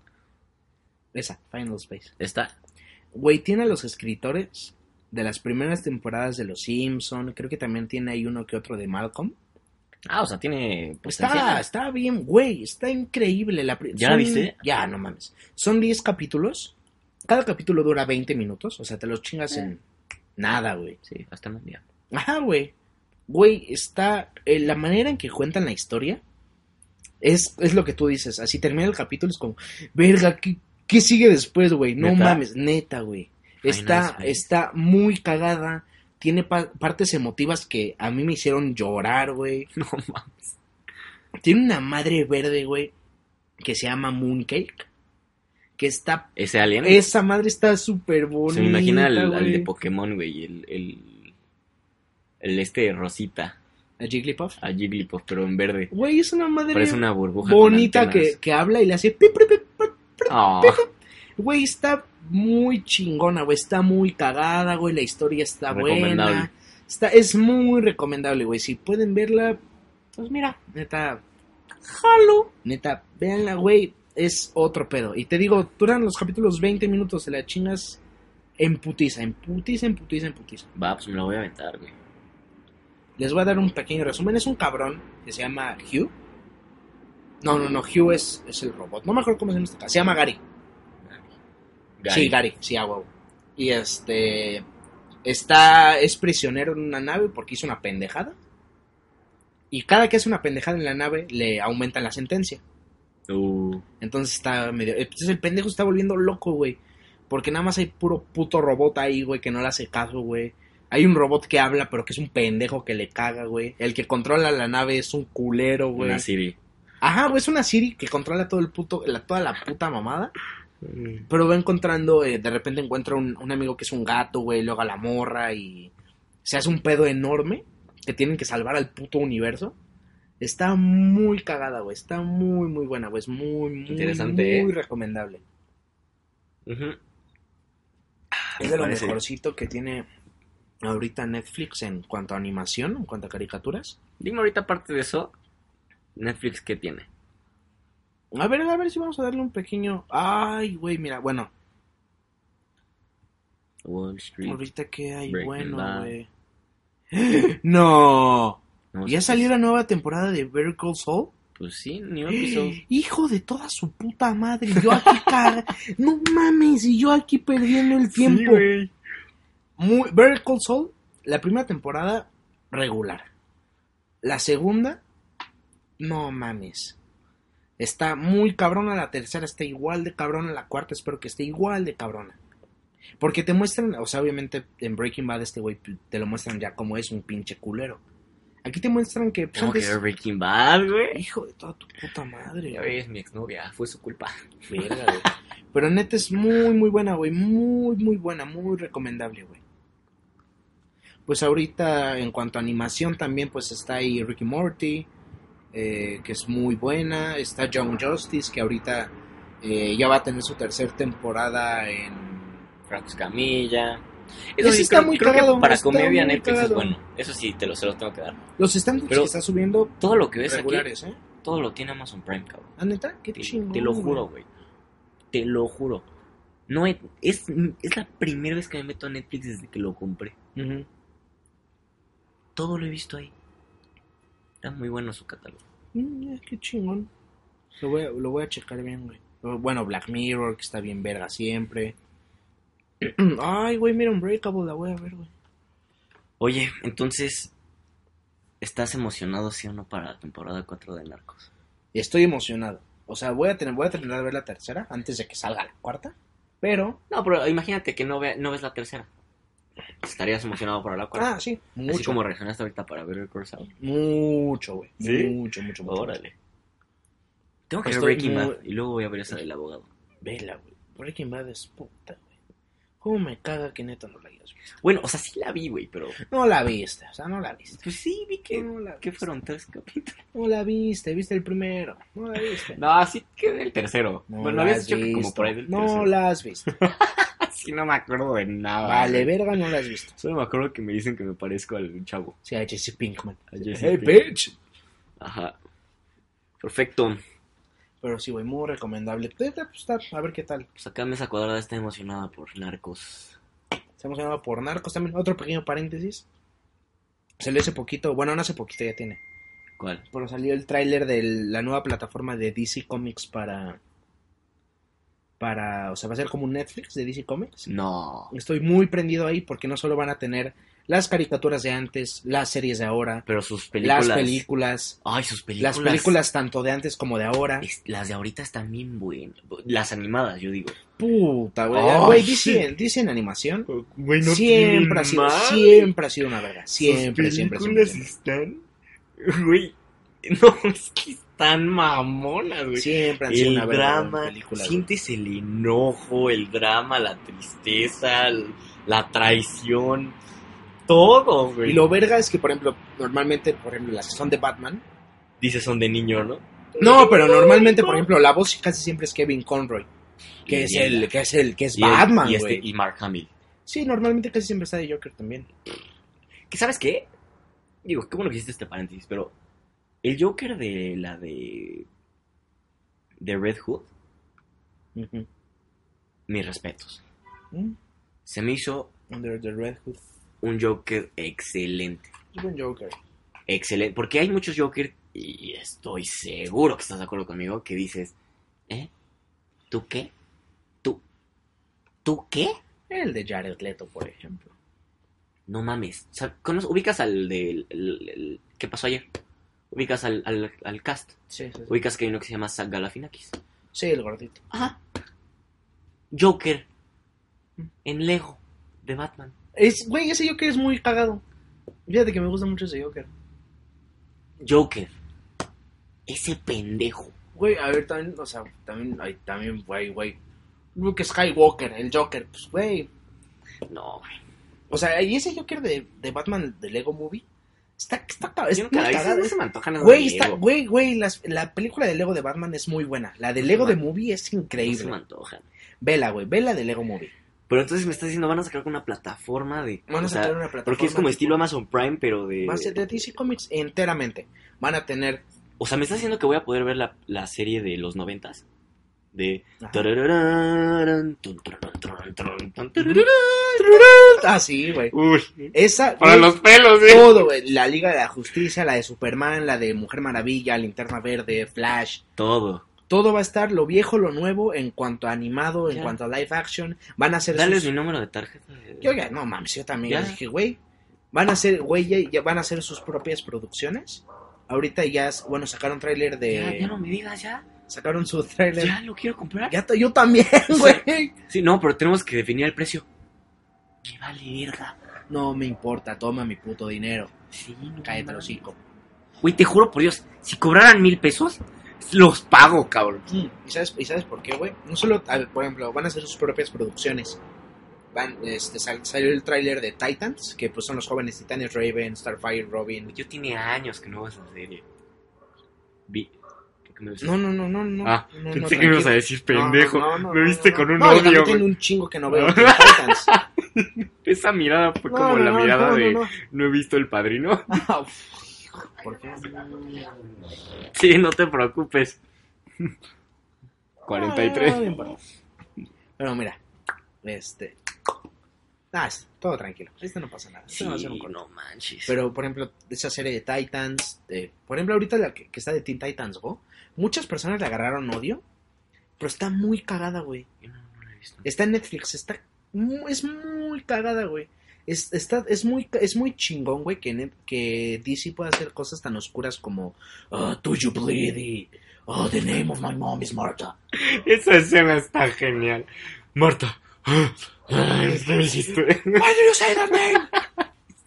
Esa, Final Space.
Está.
Güey, tiene a los escritores de las primeras temporadas de Los Simpson. Creo que también tiene ahí uno que otro de Malcolm.
Ah, o sea, tiene.
Está,
potencial.
está bien, güey. Está increíble. La pri-
¿Ya la viste?
Ya, no mames. Son 10 capítulos. Cada capítulo dura 20 minutos. O sea, te los chingas
Eh.
en nada, güey.
Sí, hasta el día.
Ajá, güey. Güey, está. eh, la manera en que cuentan la historia Es, es lo que tú dices. Así termina el capítulo, es como, verga, ¿qué, qué sigue después, güey? No
¿Neta?
mames, neta, güey.
Ay,
Está,
nice, güey.
está muy cagada. Tiene pa- partes emotivas que a mí me hicieron llorar, güey.
No mames.
Tiene una madre verde, güey, que se llama Mooncake. Que está.
Ese alien.
Esa madre está súper bonita.
Se me imagina al, al
güey.
de Pokémon, güey. El, el, el este Rosita.
¿A Jigglypuff?
A Jigglypuff, pero en verde.
Güey, es una madre
Parece una burbuja. con
bonita que,
antenas.
que habla y le hace. pip, pip, pip, pip.
Ah,
Güey, está muy chingona, güey. Está muy cagada, güey. La historia está
Recomendable.
buena. Está, es muy recomendable, güey. Si pueden verla, pues mira, neta, jalo. Neta, véanla, güey. Es otro pedo. Y te digo, duran los capítulos 20 minutos. Se la chingas en putiza, en putiza, en putiza, en putiza.
va, pues me lo voy a aventar, güey.
Les voy a dar un pequeño resumen. Es un cabrón que se llama Hugh. No, no, no. Hugh es, es el robot. No me acuerdo cómo se llama este cabrón. Se llama Gary. Sí, Gary, sí, a huevo. Y este. Está. Es prisionero en una nave porque hizo una pendejada. Y cada que hace una pendejada en la nave, le aumentan la sentencia.
Uh,
Entonces está medio. Entonces el pendejo está volviendo loco, güey. Porque nada más hay puro puto robot ahí, güey, que no le hace caso, güey. Hay un robot que habla, pero que es un pendejo que le caga, güey. El que controla la nave es un culero, güey.
una Siri.
Ajá, güey, es una Siri que controla todo el puto, la, toda la puta mamada. Pero va encontrando, eh, de repente encuentra un, un amigo que es un gato, güey, luego a la morra y se hace un pedo enorme que tienen que salvar al puto universo. Está muy cagada, güey, está muy, muy buena, güey, es muy, muy,
Interesante, ¿eh?
muy recomendable.
Ujú.
Es de lo
Parece.
mejorcito que tiene ahorita Netflix en cuanto a animación, en cuanto a caricaturas.
Dime ahorita, aparte de eso, Netflix, ¿qué tiene?
A ver, a ver si vamos a darle un pequeño... Ay, güey, mira, bueno,
Wall Street.
ahorita que hay
Breaking
bueno,
Bad.
güey. ¡No!
No,
¿Ya salió la nueva temporada de Better Call Saul?
Pues sí, New Episode.
Hijo de toda su puta madre, yo aquí caga- No mames, y yo aquí perdiendo el tiempo. Muy, Better Call Saul, la primera temporada regular. La segunda, no mames. Está muy cabrona, la tercera está igual de cabrona, la cuarta espero que esté igual de cabrona. Porque te muestran, o sea, obviamente en Breaking Bad este güey te lo muestran ya como es un pinche culero. Aquí te muestran que... pues,
¿Cómo que
antes-
Breaking Bad, güey?
Hijo de toda tu puta madre.
Ya
güey.
ves, mi exnovia, fue su culpa.
Verga, güey. Pero neta es muy, muy buena, güey. Muy, muy buena, muy recomendable, güey. Pues ahorita, en cuanto a animación, también pues está ahí Ricky Morty, eh, que es muy buena. Está Young Justice, que ahorita eh, ya va a tener su tercera temporada en...
Franco Camilla.
Ese
sí
está
creo-
muy
creo que
cagado,
Para
está
comedia
muy
Netflix
cagado.
es bueno. Eso sí, te lo, se lo tengo que dar.
Los standards
Pero-
que está subiendo
Todo lo que ves aquí,
regulares, ¿eh?
todo lo tiene Amazon Prime, cabrón.
¿Ah, neta? Qué
Te,
chingón.
te lo
güey.
juro, güey. Te lo juro. No he- es, es la primera vez que me meto a Netflix desde que lo compré.
Ujú.
Todo lo he visto ahí. Está muy bueno su catálogo.
Mm, eh, qué chingón. Lo voy, a, lo voy a checar bien, güey. Bueno, Black Mirror, que está bien verga siempre. Ay, güey, mira Unbreakable, la voy a ver, güey.
Oye, entonces, ¿estás emocionado, sí o no, para la temporada 4 de Narcos?
Estoy emocionado. O sea, voy a tener, voy a terminar de ver la tercera antes de que salga la cuarta. Pero,
No, pero imagínate que no, ve- no ves la tercera. Estarías emocionado para la cuarta.
ah, sí,
Así
mucho,
como reaccionaste ahorita para ver el Crossout.
mucho, güey.
¿Sí?
Mucho, mucho, mucho.
Órale. Tengo que ver
Estoy
Breaking
muy-
Bad y luego voy a ver esa del abogado.
mucho. Vela, güey. Breaking Bad es puta, güey. ¿Cómo me caga que neta no la hayas visto?
Bueno, o sea, sí la vi, güey, pero...
No la viste, o sea, no la viste.
Pues sí, vi que...
No la,
¿Qué fueron? ¿Tres capítulos?
no la viste, viste el primero. No la viste.
No, así que el tercero.
No
bueno,
la
habías
has
dicho que como
visto.
por ahí del
No
tercero.
la has visto.
Así no me acuerdo de nada.
Vale, verga, no la has visto.
Solo me acuerdo que me dicen que me parezco al chavo.
Sí, a Jesse Pinkman.
A Jesse
hey,
Pinkman.
bitch.
Ajá. Perfecto.
Pero sí, güey, muy recomendable. Vete a apostar, a ver qué tal.
Pues acá Mesa Cuadrada está emocionada por Narcos.
Estamos hablando por narcos también. Otro pequeño paréntesis. Salió hace poquito, bueno, no hace poquito ya tiene.
¿Cuál?
Pero salió el tráiler de la nueva plataforma de DC Comics para. Para. O sea, va a ser como un Netflix de DC Comics.
No. Mm.
Estoy muy prendido ahí porque no solo van a tener las caricaturas de antes, las series de ahora,
Pero sus películas.
las películas,
Ay, sus películas.
las películas tanto de antes como de ahora.
es- las de ahorita están bien buenas. Las animadas, yo digo.
Puta, güey.
Ay,
Güey,
sí.
dicen, dicen animación.
Bueno,
siempre ha sido, siempre ha sido una verga. Siempre, siempre, siempre. siempre.
están. Güey. No, es que están mamonas, Ah, güey.
Siempre han sido
el
una verga. güey,
drama,
películas, güey.
sientes el enojo, el drama, la tristeza, el- la traición, todo, güey.
Y lo verga es que, por ejemplo, normalmente, por ejemplo, las que son de Batman.
Dices son de niño, ¿no?
No, pero normalmente, por ejemplo, la voz casi siempre es Kevin Conroy, que es
Y-
el, que es el, que es
y el-
Batman,
y,
güey.
este, y Mark Hamill.
Sí, normalmente casi siempre está de Joker también.
¿Que sabes qué? Digo, qué bueno que hiciste este paréntesis, pero el Joker de la de de Red Hood,
Ujú.
mis respetos.
Mm,
Se me hizo
Under the Red Hood.
un Joker excelente.
Es buen Joker.
Excelente, porque hay muchos Joker, y estoy seguro que estás de acuerdo conmigo, que dices, ¿eh? ¿Tú qué? ¿Tú? ¿Tú qué?
El de Jared Leto, por ejemplo.
No mames. O sea, ¿conoces- ubicas al del... el- el- ¿Qué pasó ayer? Ubicas al, al, al cast.
Sí, sí, sí.
Ubicas que hay uno que se llama Zach Galafinakis.
Sí, el gordito.
Ajá. Joker. En Lego. De Batman.
Es, güey, ese Joker es muy cagado. Fíjate que me gusta mucho ese Joker.
Joker. Ese pendejo.
Güey, a ver, también, o sea, también, ay, también, güey, güey. Luke Skywalker, el Joker, pues, güey.
No, güey.
O sea, y ese Joker de, de Batman de Lego Movie está, está, ca- está
Yo nunca la
muy
vi,
cagado.
no se me antoja nada
Güey,
de
está,
Lego.
güey, güey, las- la película de Lego de Batman es muy buena. La de Lego de Movie es
No se me
increíble.
antoja.
Vela, güey, vela de Lego Movie.
Pero entonces me estás diciendo, van a sacar una plataforma de...
Van a
o sea,
sacar una plataforma.
Porque es como estilo Amazon Prime, pero de...
Va a ser de DC Comics enteramente. Van a tener.
O sea, me estás diciendo que voy a poder ver la, la serie de los noventas. De...
Ajá.
Tarararán, tun, tararán, tararán, tararán, tan, tararán.
Ah, sí, güey.
Uy,
Esa.
para
güey,
los pelos, ¿eh? güey.
Todo, güey. La Liga de la Justicia, la de Superman, la de Mujer Maravilla, Linterna Verde, Flash.
Todo.
Todo va a estar lo viejo, lo nuevo, en cuanto a animado, en
Ya.
cuanto a live action. Van a ser
Dales
sus-
mi número de tarjeta. de-
Yo ya, no mames, yo también
Ya.
les dije, güey, van a hacer, güey, ya, ya van a hacer sus propias producciones. Ahorita ya, s- bueno, sacaron tráiler de,
Ya, ya no me digas, ya.
sacaron su tráiler.
Ya lo quiero comprar.
Ya t- yo también, güey.
Sí, no, pero tenemos que definir el precio. Me vale verga.
No me importa, toma mi puto dinero.
Sí, no
Cállate el
mames.
hocico.
Güey, te juro por Dios, si cobraran mil pesos, los pago, cabrón.
Mm, ¿Y sabes, ¿Y sabes por qué, güey? No solo, a ver, por ejemplo, van a hacer sus propias producciones. Van, este, sal- salió el tráiler de Titans, que pues son los jóvenes titanes, Raven, Starfire, Robin.
Yo tiene años que no veo esa serie. Vi. ¿Qué me ves?
No, no, no, no, no.
Ah,
no, no,
Pensé que me ibas a
tranquilo.
decir pendejo.
No, no, no,
me
no,
viste
no,
con
no.
un
No, yo
odio,
también
güey.
tengo un chingo que no veo Teen Titans.
Esa mirada fue como
No, no,
la
no,
mirada
no,
de
no,
no.
no.
he visto el padrino.
Ah, uf, hijo, ¿Por qué?
sí, no te preocupes.
Ah,
43.
no importa. Pero mira, este. Ah, es- todo tranquilo. Esto no pasa nada. Esto
Sí,
no va a ser un corte.
no manches.
Pero, por ejemplo, esa serie de Titans. eh, por ejemplo, ahorita la que, que está de Teen Titans Go. Muchas personas le agarraron odio. Pero está muy cagada, güey.
Yo no, no la he visto.
Está en Netflix, está mu- es muy cagada, güey. Es, está, es, muy, es muy chingón, güey, que, net- que DC pueda hacer cosas tan oscuras como "Ah, Do you bleed? y, Oh, the name of my mom is Martha.
Esa escena está genial. Marta. Ay, ¿qué me hiciste?
Why do you say that name?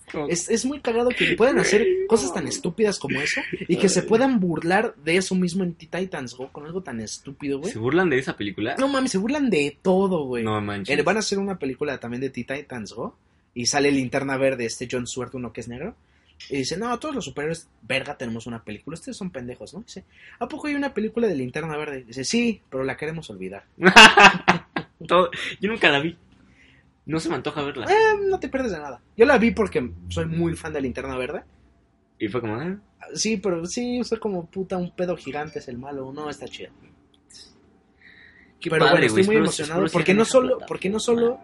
Como-
Es, es muy cagado que puedan hacer cosas tan estúpidas como eso y que se puedan burlar de eso mismo en Teen Titans Go con algo tan estúpido, güey.
¿Se burlan de esa película?
No mames, se burlan de todo, güey.
No manches.
Eh, Van a hacer una película también de Teen Titans Go. Y sale Linterna Verde, este John Stewart, uno que es negro. Y dice, no, todos los superhéroes, verga, tenemos una película. Ustedes son pendejos, ¿no? Dice, ¿a poco hay una película de Linterna Verde? Dice, sí, pero la queremos olvidar.
Todo- Yo nunca la vi. No se me antoja verla.
Eh, no te pierdes de nada. Yo la vi porque soy muy fan de Linterna Verde.
Y fue como, ah,
Sí, pero sí, soy como puta, un pedo gigante es el malo. No, está chido.
qué
pero
padre,
bueno, estoy
güey,
muy
espero-
emocionado
espero
porque
sigan
no,
esa
solo,
plataforma.
porque no solo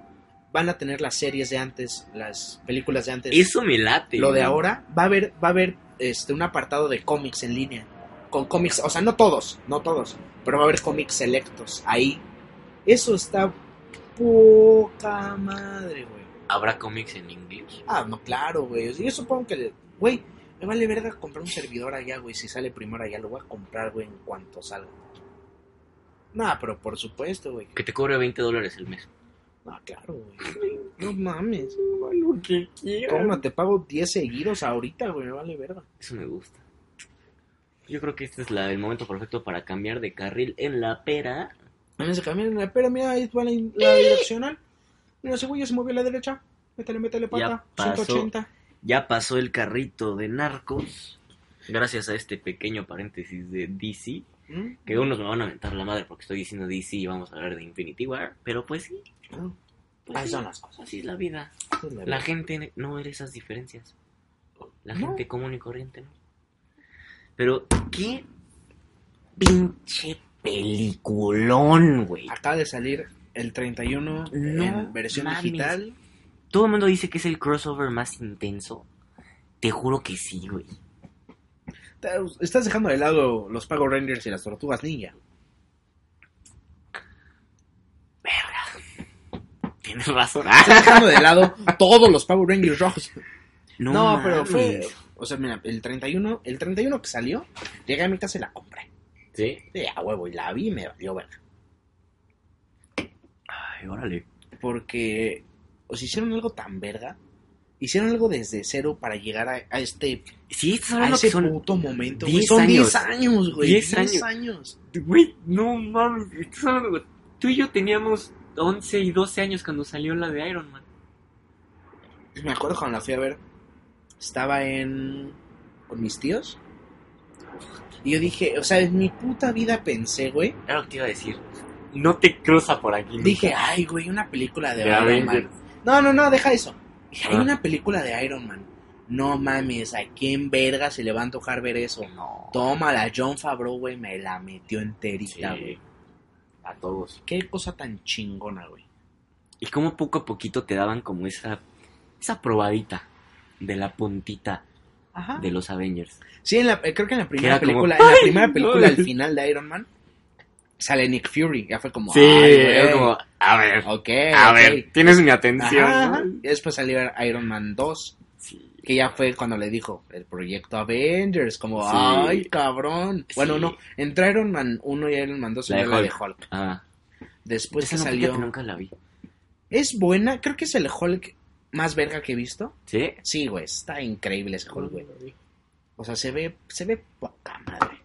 van a tener las series de antes, las películas de antes.
Eso me late.
lo de
güey.
ahora va a haber va a haber este un apartado de cómics en línea con cómics o sea no todos no todos pero va a haber cómics selectos ahí eso está poca madre güey
¿Habrá cómics en inglés?
Ah, no, claro, güey. O sea, yo supongo que, güey, me vale verga comprar un servidor allá, güey. Si sale primero allá, lo voy a comprar, güey, en cuanto salga. No, pero por supuesto, güey.
Que te cobre 20 dólares el mes.
No, claro, güey. No mames. Toma, te pago 10 seguidos ahorita, güey. Me vale verga.
Eso me gusta. Yo creo que este es la- el momento perfecto para cambiar de carril en la pera.
En ese camino, pero mira, ahí va la, la direccional. Mira, ese güey ya se movió a la derecha. Métele, métele pata.
pasó.
180.
Ya pasó el carrito de narcos. Gracias a este pequeño paréntesis de DC.
¿Mm?
Que unos me van a mentar la madre porque estoy diciendo DC y vamos a hablar de Infinity War. Pero pues sí.
Ah,
pues
Ahí
sí,
son las cosas.
Así es la vida. La gente no ve esas diferencias. La
No.
gente común y corriente no. Pero qué pinche peliculón, güey.
Acaba de salir el 31
No
en versión
mames.
digital.
Todo el mundo dice que es el crossover más intenso. Te juro que sí, güey.
Te- Estás dejando de lado los Pago Rangers y las Tortugas Ninja.
Tienes razón.
Estás dejando de lado todos los Power Rangers rojos.
No,
No, pero
mames.
fue... O sea, mira, el 31, el 31 que salió, llegué a mi casa y la compré.
¿Sí?
Sí, a huevo, y la vi y me valió verga.
Ay, órale.
porque os hicieron algo tan verga, hicieron algo desde cero para llegar a, a este
Sí, estás
a
hablando que
ese
son...
puto momento.
10
güey. Son
años.
10 años, güey.
10
10 años.
Güey, no mames. Estás hablando que Tú y yo teníamos 11 y 12 años cuando salió la de Iron Man.
Me acuerdo cuando la fui a ver, estaba en con mis tíos. Y yo dije, o sea, en mi puta vida pensé, güey.
Era lo que te iba a decir. No te cruza por aquí.
Dije, ay, güey, una película de
De
Iron
Avengers.
Man. No, no, no, deja eso. Dije, hay
Ah.
una película de Iron Man. No mames, ¿a quién verga se le va a antojar ver eso?
No.
Tómala, John Favreau, güey, me la metió enterita, güey.
A todos.
Qué cosa tan chingona, güey.
Y como poco a poquito te daban como esa, esa probadita de la puntita
Ajá.
de los Avengers.
Sí, en la- eh, creo que en la primera
era como,
película, en la
¡ay,
primera película,
no!
al final de Iron Man, sale Nick Fury. Ya fue como,
Sí,
"Ay, güey,
es como, a ver,
ok,
a
ok".
ver, tienes mi
Ajá,
atención.
ajá.
¿no?
Y Después salió Iron Man 2,
Sí.
que ya fue cuando le dijo el proyecto Avengers, como,
Sí.
ay, cabrón. Bueno,
Sí.
no, entre Iron Man 1 y Iron Man 2
La
salió
de
la de Hulk.
Ah,
Después Pues
esa
que
no,
salió...
fíjate, nunca la vi.
Es buena, creo que es el Hulk más verga que he visto.
¿Sí?
Sí, güey, está increíble ese Hulk, güey. O sea, se ve, se ve poca madre.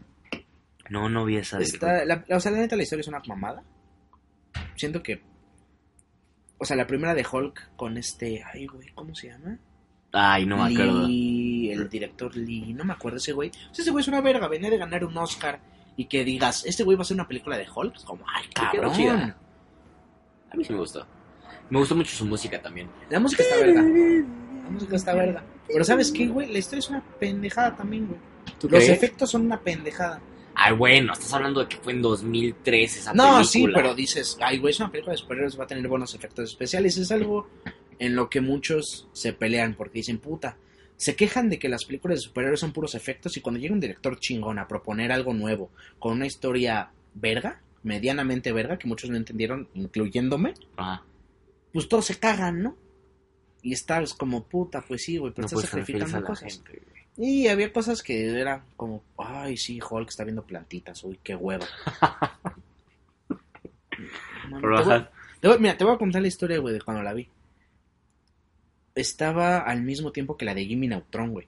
No, no vi esa. del
Está, la, la- o sea, la neta, la historia es una mamada. Siento que. O sea, la primera de Hulk con este. Ay, güey, ¿cómo se llama?
Ay, no me acuerdo.
Lee, el director Lee. No me acuerdo ese güey. O sea, ese güey es una verga. Venía de ganar un Oscar. Y que digas, este güey va a hacer una película de Hulk. Como, ay,
quedó
cabrón.
chida. A mí sí me gustó. Me gustó mucho su música también.
La música está verga. La música está verga. Pero ¿sabes qué, güey? La historia es una pendejada también, güey.
¿Tú
Los
crees?
efectos son una pendejada.
Ay, bueno, estás hablando de que fue en 2003 esa película.
No, sí, pero dices, ay, güey, es una película de superhéroes, va a tener buenos efectos especiales. Es algo en lo que muchos se pelean porque dicen, puta, se quejan de que las películas de superhéroes son puros efectos y cuando llega un director chingón a proponer algo nuevo con una historia verga, medianamente verga, que muchos no entendieron, incluyéndome,
Ajá.
pues todos se cagan, ¿no? Y estás como, puta, pues sí, güey, pero
No
estás
puedes referirse a
sacrificando
la
cosas.
gente. güey.
Y había cosas que eran como, ay, sí, Hulk está viendo plantitas, uy, qué hueva. Mami,
Pero,
te voy-
ajá,
te voy- mira, te voy a contar la historia, güey, de cuando la vi. Estaba al mismo tiempo que la de Jimmy Neutron, güey.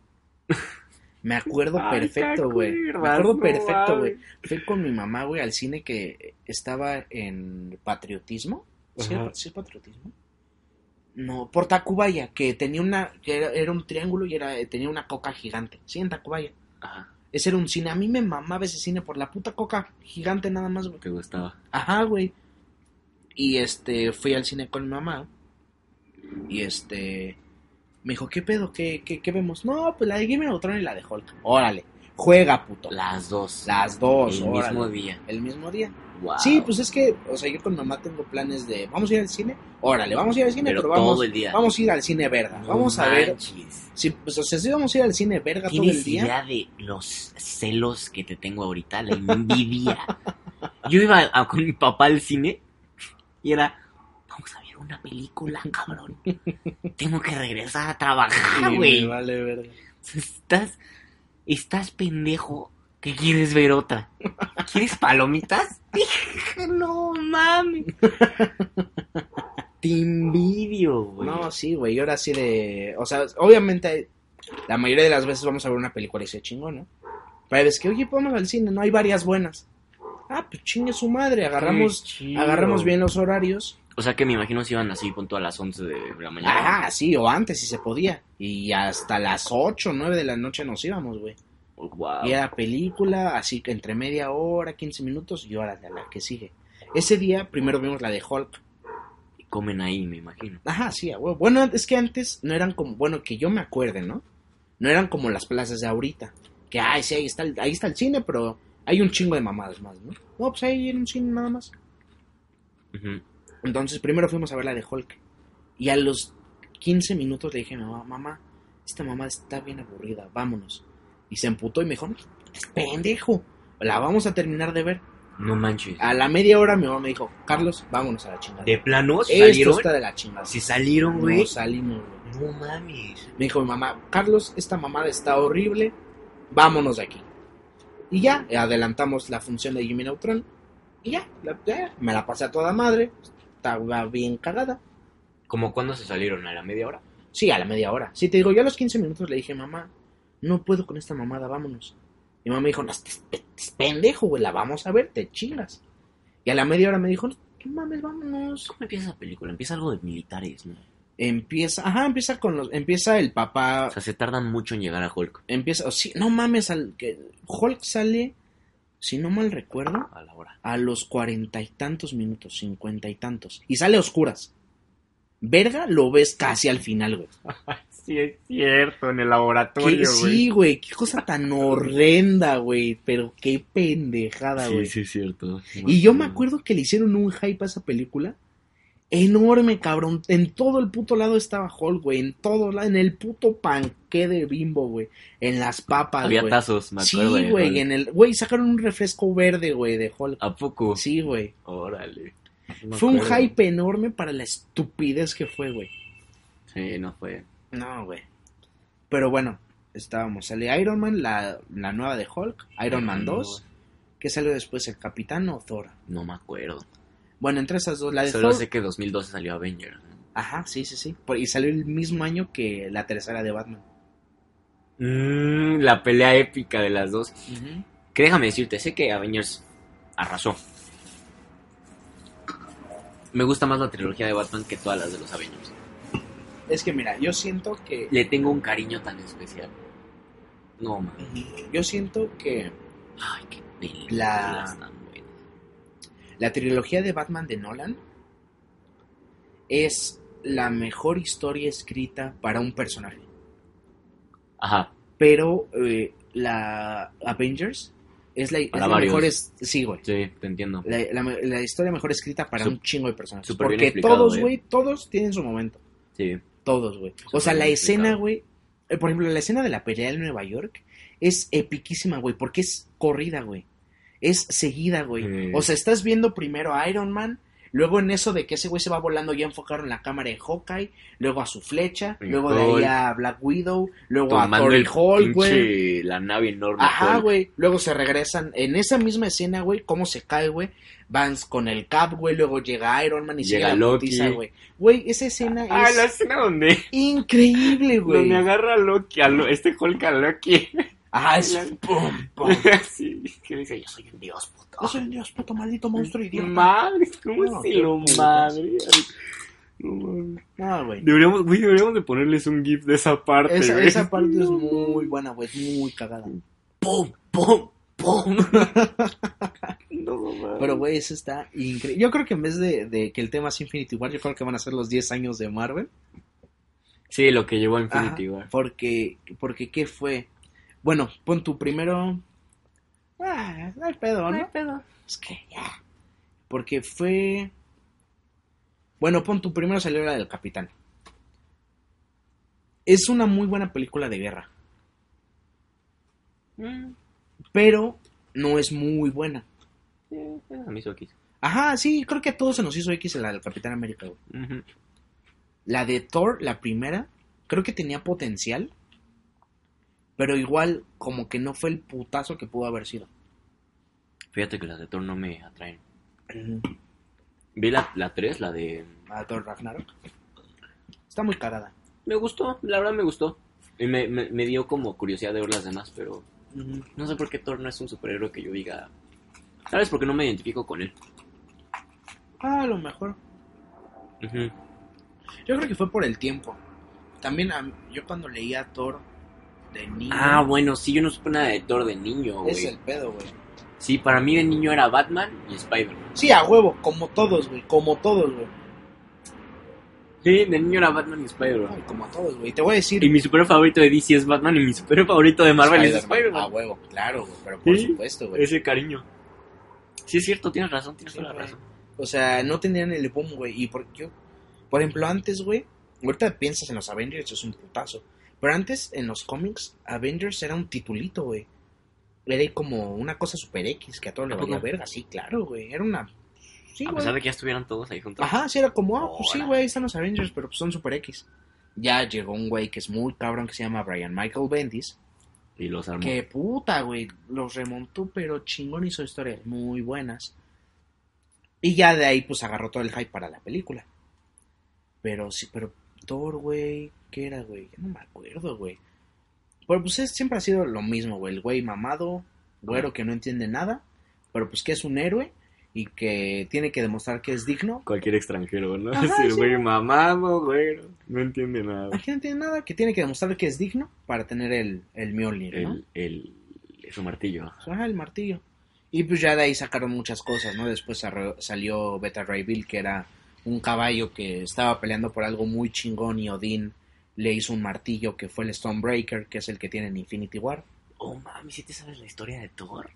Me acuerdo
Ay,
perfecto,
te
güey. Me
acuerdas,
acuerdo
no
perfecto, güey.
mames.
Fui con mi mamá, güey, al cine que estaba en Patriotismo. ¿Sí,
Ajá.
era- sí es Patriotismo? No, por Tacubaya, que tenía una, que era, era un triángulo y era, tenía una coca gigante. Sí, en Tacubaya.
Ajá,
Ese era un cine. A mí me mamaba ese cine por la puta coca gigante nada más, güey.
te gustaba.
Ajá, güey. Y este, fui al cine con mi mamá. Y este, me dijo, ¿qué pedo? ¿Qué, qué, qué vemos? No, pues la de Game of Thrones y la de Hulk. Órale, juega, puto.
Las dos.
Las dos,
El
órale.
mismo día.
El mismo día.
Wow.
Sí, pues es que, o sea, yo con mamá tengo planes de, vamos a ir al cine. Órale, vamos a ir al cine,
Pero
pero,
todo
vamos,
el día.
vamos a ir al cine verga.
No
vamos a ver.
manches.
Sí, pues, o sea, sí vamos a ir al cine verga todo el
¿Tienes
día.
idea de los celos que te tengo ahorita? La envidia. Yo iba a- con mi papá al cine y era, vamos a ver una película, cabrón. Tengo que regresar a trabajar,
Y
güey.
me vale verga.
Estás, estás pendejo que quieres ver otra. ¿Quieres palomitas? no mames. Te envidio, güey.
No, sí, güey. Y ahora sí de. O sea, obviamente, la mayoría de las veces vamos a ver una película y se chingó, ¿no? Pero es que, oye, vamos al cine, ¿no? Hay varias buenas. Ah, pues chingue su madre. Agarramos,
Qué chido.
agarramos bien los horarios.
O sea que me imagino si iban así, punto a las 11 de la mañana.
Ah, sí, o antes si se podía. Y hasta las 8, 9 de la noche nos íbamos, güey.
Wow.
Y era película, así que entre media hora, 15 minutos y hora de la que sigue. Ese día primero vimos la de Hulk.
Comen ahí, me imagino.
Ajá, sí, a huevo. Bueno, es que antes no eran como, bueno, que yo me acuerde, ¿no? No eran como las plazas de ahorita. Que, ay, sí, ahí está, el- ahí está el cine, pero hay un chingo de mamadas más, ¿no? No, pues ahí era un cine nada más.
Ujú.
Entonces primero fuimos a ver la de Hulk. Y a los 15 minutos le dije a mi mamá, mamá, esta mamá está bien aburrida, vámonos. Y se emputó y me dijo, no, es pendejo, la vamos a terminar de ver.
No manches.
A la media hora mi mamá me dijo, Carlos, vámonos a la chingada.
¿De plano
Esto
salieron?
está de la chingada.
Si salieron, güey.
No salimos, güey.
No mames.
Me dijo mi mamá, Carlos, esta mamada está horrible, vámonos de aquí. Y ya, adelantamos la función de Jimmy Neutron. Y ya, la- ya, me la pasé a toda madre, estaba bien cagada.
¿Cómo cuándo se salieron? ¿A la media hora?
Sí, a la media hora. Sí, te digo, yo a los 15 minutos le dije, mamá, no puedo con esta mamada, vámonos. Mi mamá me dijo, no, estés pe- estés pendejo, güey, la vamos a ver, te chingas. Y a la media hora me dijo, no no mames, vámonos.
¿Cómo empieza la película? Empieza algo de militares, ¿no?
Empieza, ajá, empieza con los, empieza el papá,
O sea, se tardan mucho en llegar a Hulk.
empieza, oh, sí, no mames, al, que Hulk sale, si no mal recuerdo,
A la hora.
a los cuarenta y tantos minutos, cincuenta y tantos, y sale a oscuras. Verga, lo ves casi al final, güey.
Sí, es cierto, en el
Qué-
laboratorio,
sí, güey, qué cosa tan horrenda, güey, pero qué pendejada, güey.
es cierto.
Y yo me acuerdo que le hicieron un hype a esa película. Enorme, cabrón. En todo el puto lado estaba Hulk, güey. En todo lado. En el puto panqué de bimbo, güey. En las papas,
Había
güey.
tazos, me
Sí,
acuerdo. de
güey,
Hulk. Ah,
en el... Güey, sacaron un refresco verde, güey, de Hulk.
¿A poco?
Sí, güey.
Órale. No me
fue un
acuerdo.
hype enorme para la estupidez que fue, güey.
Sí, no fue.
No, güey. Pero bueno, estábamos. Sale Iron Man, la, la nueva de Hulk. Iron Man 2. Que salió después el Capitán o Thor.
No me acuerdo.
Bueno, entre esas dos, la de
Solo
Thor...
sé que 2012 salió Avengers. ¿no?
Ajá, sí, sí, sí. Por- y salió el mismo año que la tercera de Batman.
Mm, la pelea épica de las dos. Que déjame decirte, sé que Avengers arrasó. Me gusta más la trilogía de Batman que todas las de los Avengers.
Es que mira, yo siento que.
Le tengo un cariño tan especial. No, man.
Yo siento que
Ay, qué películas
La-
tan buenas.
la trilogía de Batman de Nolan es la mejor historia escrita para un personaje.
Ajá.
Pero eh, la Avengers es la, es
Para
la
varios.
mejor. es- sí, güey.
Sí, te entiendo.
La, la me- la historia mejor escrita para
Sup-
un chingo de personajes.
súper bien
Porque
explicado,
todos,
eh.
güey, todos tienen su momento.
Sí.
Todos, güey. O sea, la
bien
escena,
explicado.
güey. eh, Por ejemplo, la escena de la pelea de Nueva York es epiquísima, güey, porque es corrida, güey. Es seguida, güey.
Mm.
O sea, estás viendo primero a Iron Man, luego en eso de que ese güey se va volando, ya enfocaron la cámara en Hawkeye, luego a su flecha,
En
luego de ahí
Hulk.
a Black Widow, luego a
Tomando
Thor y
el
Hulk, güey.
pinche- La nave enorme.
Ajá,
Hulk.
güey. Luego se regresan. En esa misma escena, güey, cómo se cae, güey. Vans con el Cap, güey. Luego llega Iron Man y se
Llega
la
Loki.
putiza, güey. Güey, esa escena
Ah,
es.
la escena donde,
Increíble, güey.
donde agarra a Loki, a Lo- este Hulk a Loki.
Ah, es
la-
pum, pum.
sí, que dice, yo soy un dios, puto.
Yo soy un dios, puto maldito monstruo idiota.
Madre, ¿cómo
No,
se
qué
lo
putas.
madre? No mames.
No, güey.
Deberíamos, güey, deberíamos de ponerles un GIF de esa parte,
Esa,
güey.
esa parte es
No,
muy buena, güey. Es muy cagada.
¡Pum, pum, pum! no, mames.
Pero, güey, eso está increíble. Yo creo que en vez de, de que el tema es Infinity War, yo creo que van a ser los 10 años de Marvel.
Sí, lo que llevó a
Ajá,
Infinity War.
Porque, porque, ¿qué fue? Bueno, pon tu primero. Ah, no hay pedo, ¿no?
pedo.
Es que ya. Porque fue. Bueno, pon tu primero salió la del Capitán. Es una muy buena película de guerra.
Mm.
Pero no es muy buena.
Ah, A mí
Ajá, sí, creo que a todos se nos hizo X la del Capitán América, güey.
Ujú.
La de Thor, la primera, creo que tenía potencial. Pero igual, como que no fue el putazo que pudo haber sido.
Fíjate que las de Thor no me atraen. Vi la, la 3, la de...
A Thor Ragnarok. Está muy carada.
Me gustó, la verdad me gustó. Y me, me- me dio como curiosidad de ver las demás, pero no sé por qué Thor no es un superhéroe que yo diga... Tal vez porque no me identifico con él.
Ah, a lo mejor.
Ujú.
Yo creo que fue por el tiempo. También a- yo cuando leía a Thor de niño.
Ah, bueno, sí, yo no supe nada de Thor de niño,
es
güey.
el pedo, güey.
Sí, para mí de niño era Batman y Spider-Man.
Sí, a huevo, como todos, güey. Como todos, güey.
Sí, de niño era Batman y Spider-Man.
Ay, Como todos, güey. Te voy a decir.
Y mi superhéroe favorito de DC es Batman y mi superhéroe favorito de Marvel es
A
Spider-Man.
huevo, claro, güey. Pero por
Sí,
supuesto, güey.
Ese cariño. Sí, es cierto, tienes razón, tienes
Sí,
toda la
güey.
razón.
O sea, no tendrían el boom, güey. Y por yo, por ejemplo, antes, güey, ahorita piensas en los Avengers, es un putazo. Pero antes, en los cómics, Avengers era un titulito, güey. Era como una cosa super X que a todos le
¿A
valía
poco?
verga. Sí, claro, güey. Era una. Sí,
A pesar
güey.
de que ya estuvieran todos ahí juntos.
Ajá, sí, era como, ah, pues sí,
Hola.
güey, ahí están los Avengers, pero pues son super X. Ya llegó un güey que es muy cabrón que se llama Brian Michael Bendis.
Y los armó.
Que puta, güey. Los remontó, pero chingón hizo historias muy buenas. Y ya de ahí, pues agarró todo el hype para la película. Pero sí, pero Thor, güey. ¿Qué era, güey? Ya no me acuerdo, güey. Pero pues es- siempre ha sido lo mismo, güey. El güey mamado, güero que no entiende nada. Pero pues que es un héroe y que tiene que demostrar que es digno.
Cualquier extranjero, ¿no?
Ajá,
Sí,
sí,
güey mamado, güey. No entiende nada.
Aquí no tiene nada, que tiene que demostrar que es digno para tener el, el Mjolnir, ¿no?
El, el, su martillo.
Ajá, Ah, el martillo. Y pues ya de ahí sacaron muchas cosas, ¿no? Después arre- salió Beta Ray Bill, que era un caballo que estaba peleando por algo muy chingón y Odín le hizo un martillo que fue el Stonebreaker, que es el que tiene en Infinity War.
Oh, mami, si te sabes la historia de Thor?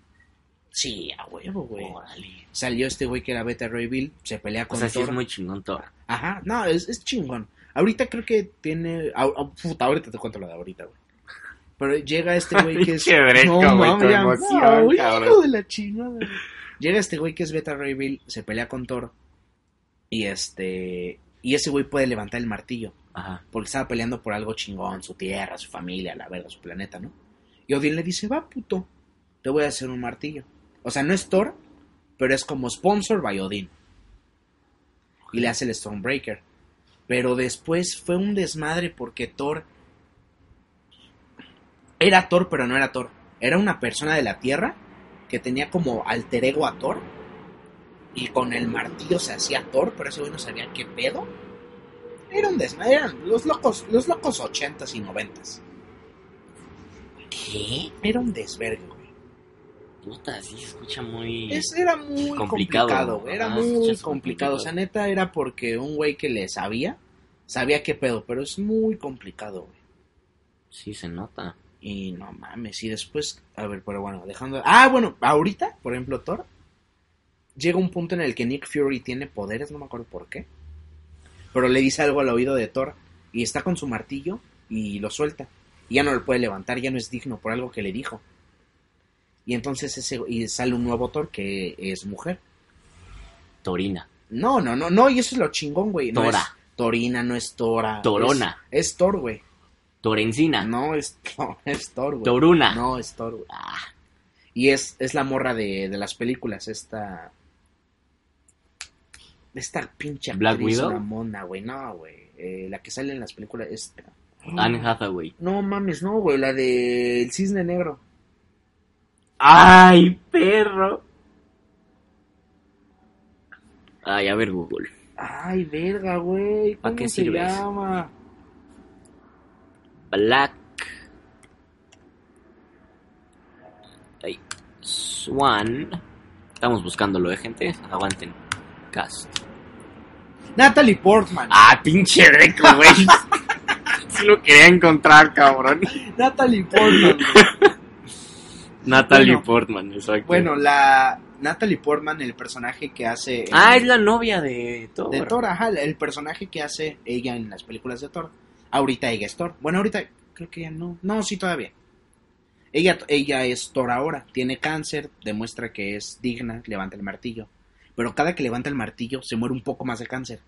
Sí, a huevo, güey.
Órale.
Salió este güey que era Beta Ray Bill, se pelea
O
con
sea, sí
Thor.
es muy chingón Thor.
Ajá, no, es, es chingón. Ahorita creo que tiene... au- au- puta, ahorita te cuento lo de ahorita, güey. Pero llega este güey que es...
Pinche Bresco, güey, con
ya-
emoción,
no, güey,
cabrón.
hijo de la chingada. güey. Llega este güey que es Beta Ray Bill, se pelea con Thor. Y este... Y ese güey puede levantar el martillo.
Ajá.
Porque estaba peleando por algo chingón. Su tierra, su familia, la verga, su planeta, ¿no? Y Odín le dice, va, puto. Te voy a hacer un martillo. O sea, no es Thor, pero es como sponsor by Odín y le hace el Stonebreaker. Pero después fue un desmadre porque Thor era Thor, pero no era Thor. Era una persona de la Tierra que tenía como alter ego a Thor. Y con el martillo se hacía Thor, pero ese güey no sabía qué pedo. Era un desmadre, eran los locos, los locos ochentas y noventas.
¿Qué?
Era un desvergue, güey.
Puta, sí se escucha muy...
Es- era muy
Complicado.
complicado, güey, era
Ah,
muy
sí,
complicado.
es
O sea, neta, era porque un güey que le sabía, sabía qué pedo, pero es muy complicado, güey.
Sí, se nota.
Y no mames, y después, a ver, pero bueno, dejando... Ah, bueno, ahorita, por ejemplo, Thor, llega un punto en el que Nick Fury tiene poderes, no me acuerdo por qué, pero le dice algo al oído de Thor y está con su martillo y lo suelta. Y ya no lo puede levantar, ya no es digno por algo que le dijo. Y entonces ese, y sale un nuevo Thor que es mujer.
Torina.
No, no, no, no, y eso es lo chingón, güey. No
Tora.
es Torina, no es Tora.
Torona.
Es, es Thor, güey.
Torencina.
No es, no, es Thor, güey.
Toruna.
No es Thor, güey.
Ah,
Y es, es la morra de, de las películas, esta. Esta pinche
¿Black
actriz
Widow?
mamona, güey. No, güey. Eh, la que sale en las películas, esta.
Anne Hathaway.
No mames, no, güey. La de El Cisne Negro.
¡Ay, perro! Ay, a ver, Google.
Ay, verga, güey.
¿Pa'
¿Cómo
qué
se
sirve eso?
llama?
Black Ay, Swan. Estamos buscándolo, ¿eh, gente? Aguanten. Cast.
Natalie Portman.
¡Ah, pinche Greco, güey! Si lo quería encontrar, cabrón.
Natalie Portman, güey.
Natalie
Bueno.
Portman, exacto.
Bueno, la Natalie Portman, el personaje que hace en-
Ah, es la novia de Thor.
de Thor, ajá, el personaje que hace ella en las películas de Thor. Ahorita ella es Thor. Bueno, ahorita creo que ya no. No, sí todavía. Ella ella es Thor ahora, tiene cáncer, demuestra que es digna, levanta el martillo. pero cada que levanta el martillo se muere un poco más de cáncer.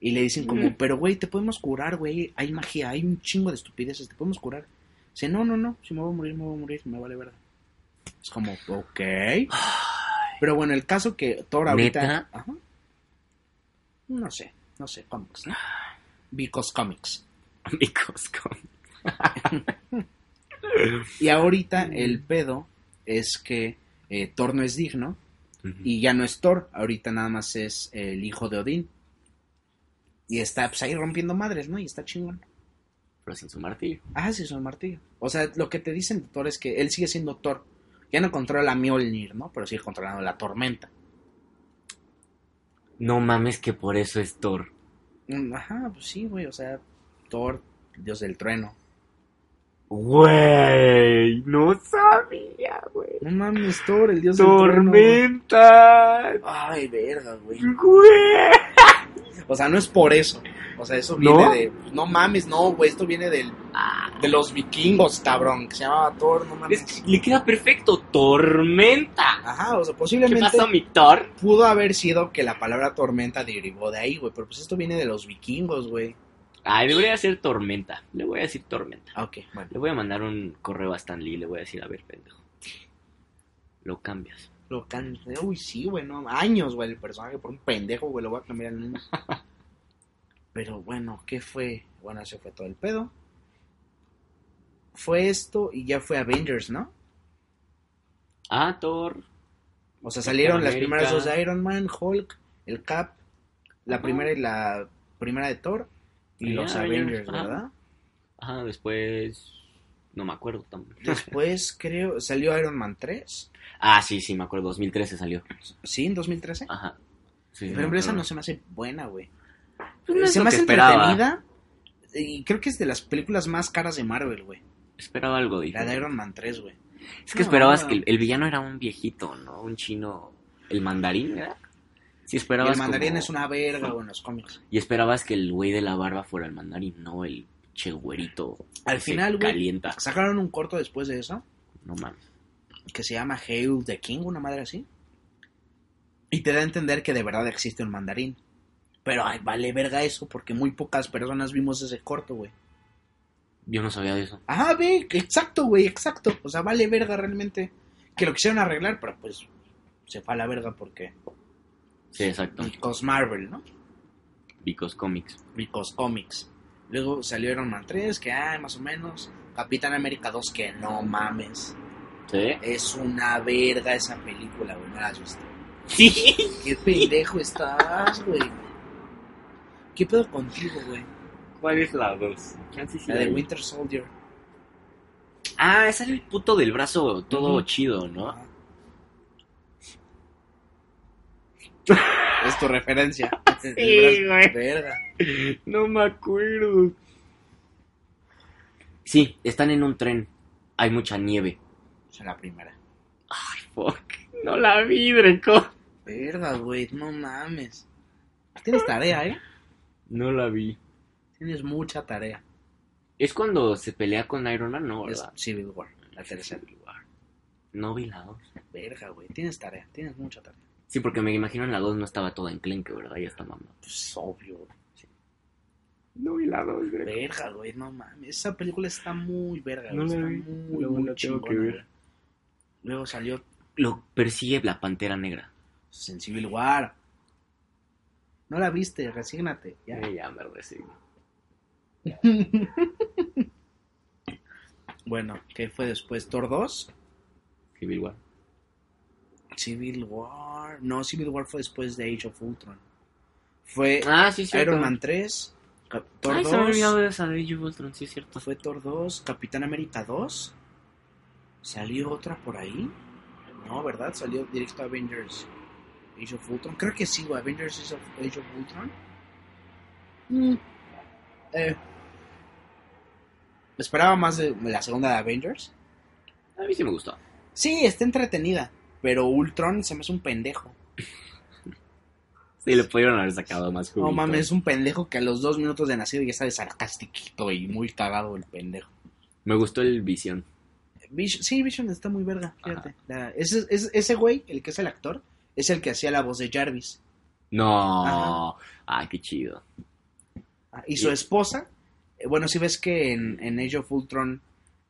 Y le dicen como,
Mm.
pero güey, te podemos curar, güey, hay magia, hay un chingo de estupideces, te podemos curar. Dice, no, no, no, si me voy a morir, me voy a morir, me vale verdad. Es como, ok. Pero bueno, el caso que Thor ahorita...
¿Neta?
Ajá. No sé, no sé, cómics, ¿no? Because comics.
Mi Costco.
Y ahorita el pedo es que eh, Thor no es digno
Mm.
y ya no es Thor, ahorita nada más es el hijo de Odín. Y está pues, ahí rompiendo madres, ¿no? Y está chingón.
Pero sin su martillo.
Ah, sí, son martillo. O sea, lo que te dicen de Thor es que él sigue siendo Thor. Ya no controla Mjolnir, ¿no? Pero sigue controlando la tormenta.
No mames que por eso es Thor.
Mm, Ajá, pues sí, güey. O sea, Thor, dios del trueno.
Güey, no sabía, güey.
No mames, Thor, el dios del trueno.
Tormenta.
güey. Ay, verga, güey.
Güey.
O sea, no es por eso. O sea, eso
¿No?
viene de. No mames, no, güey. Esto viene del, de los vikingos, cabrón. Que se llamaba Thor, no mames.
Es que le queda perfecto. Tormenta.
Ajá, o sea,
¿Qué
posiblemente
pasó, mi Thor?
pudo haber sido que la palabra tormenta derivó de ahí, güey. Pero pues esto viene de los vikingos, güey.
Ay, debería ser tormenta. Le voy a decir tormenta.
Ah, ok, bueno.
Le voy a mandar un correo a Stan Lee. Le voy a decir, a ver, pendejo. Lo cambias.
Lo cansé. Uy, sí, güey, no. Años, güey, el personaje por un pendejo, güey. Lo voy a cambiar al niño. Pero bueno, ¿qué fue? Bueno, se fue todo el pedo. Fue esto y ya fue Avengers, ¿no?
Ah, Thor.
O sea, salieron las
América.
primeras dos de Iron Man, Hulk, el Cap, la
Ajá.
primera y la primera de Thor y
Y
los
ya,
Avengers,
Avengers, ajá.
¿verdad?
Ajá, después. No me acuerdo tampoco.
Después creo salió Iron Man 3,
Ah, sí, sí, me acuerdo. 2013 salió.
sí, en 2013.
Ajá. Sí, sí,
Pero
me
esa
acuerdo.
no se me hace buena, güey. Eh,
Pues no es
se
lo
me
que
hace
esperaba.
entretenida y creo que es de las películas más caras de Marvel, güey.
Esperaba algo
La
diferente.
de Iron Man 3, güey.
Es que
No,
esperabas
no.
que el, el villano era un viejito, ¿no? Un chino. El mandarín, ¿verdad? Sí,
Y
esperabas.
el mandarín
como-
es una verga, güey, en los cómics.
Y esperabas que el güey de la barba fuera el mandarín, no el che güerito.
Al
que se
final, güey,
Calienta.
Sacaron un corto después de eso
No mames.
que se llama Hail the King, una madre así. Y te da a entender que de verdad existe un mandarín. Pero ay, vale verga eso, porque muy pocas personas vimos ese corto, güey.
Yo no sabía de eso.
Ajá, ve, exacto, güey, exacto. O sea, vale verga realmente. Que lo quisieron arreglar, pero pues se fue a la verga porque.
Sí, exacto.
Because Marvel, ¿no?
Vicos Comics.
Because Comics. Luego salió Iron Man 3, que ay, más o menos. Capitán América 2, que no mames.
¿Sí?
Es una verga esa película, güey, no la has visto.
Sí.
Qué pendejo estás, güey. ¿Qué pedo contigo, güey?
¿Cuál es la dos?
La de Winter Soldier.
Ah, ese es el puto del brazo todo
Ujú.
chido, ¿no?
Ajá. Es tu referencia. El brazo- Verga.
No me acuerdo. Sí, están en un tren. Hay mucha nieve.
Es la primera.
Fuck. No la vi, Draco.
Verga, güey, no mames. Tienes tarea, ¿eh?
No la vi.
Tienes mucha tarea.
Es cuando se pelea con Iron Man, ¿no?
Es
¿verdad?
Civil War, la tercera.
No vi la dos.
Verga, güey, tienes tarea, tienes mucha tarea.
Sí, porque me imagino en la 2 no estaba toda enclenque, ¿verdad? Ya está mamá.
Pues obvio, güey.
No vi la 2,
Verga, güey, no mames. Esa película está muy verga,
No
güey.
la
Está
vi,
muy,
luego
muy
la tengo que
chingona,
ver.
güey. Luego salió
Lo persigue la pantera negra.
en Civil War. No la viste, resígnate. Ya.
Eh, ya me recibo.
Bueno, ¿qué fue después? ¿Thor 2?
Civil War.
Civil War. No, Civil War fue después de Age of Ultron. Fue
Ah, sí, sí.
Iron Man 3, Cap- Thor
Ay, se me había
2.
olvidado de esa de Age of Ultron, sí es cierto.
Fue Thor 2, Capitán América 2. ¿Salió otra por ahí? No, ¿verdad? Salió directo a Avengers Age of Ultron. Creo que sí, güey, Avengers Age of- Age of Ultron. Mm. Eh, Esperaba más de la segunda de Avengers.
A mí sí me gustó.
Sí, está entretenida. Pero Ultron se me hace un pendejo.
Sí, le pudieron haber sacado más
No
jugo.
mames, es un pendejo que a los dos minutos de nacido ya está de sarcastiquito y muy cagado el pendejo.
Me gustó el Visión.
Vision- sí, Vision está muy verga, fíjate. La- ese, ese- ese güey, el que es el actor, es el que hacía la voz de Jarvis.
No. Ay, qué chido.
Ah, Y su
Y-
esposa, eh, bueno, si ves que en, en Age of Ultron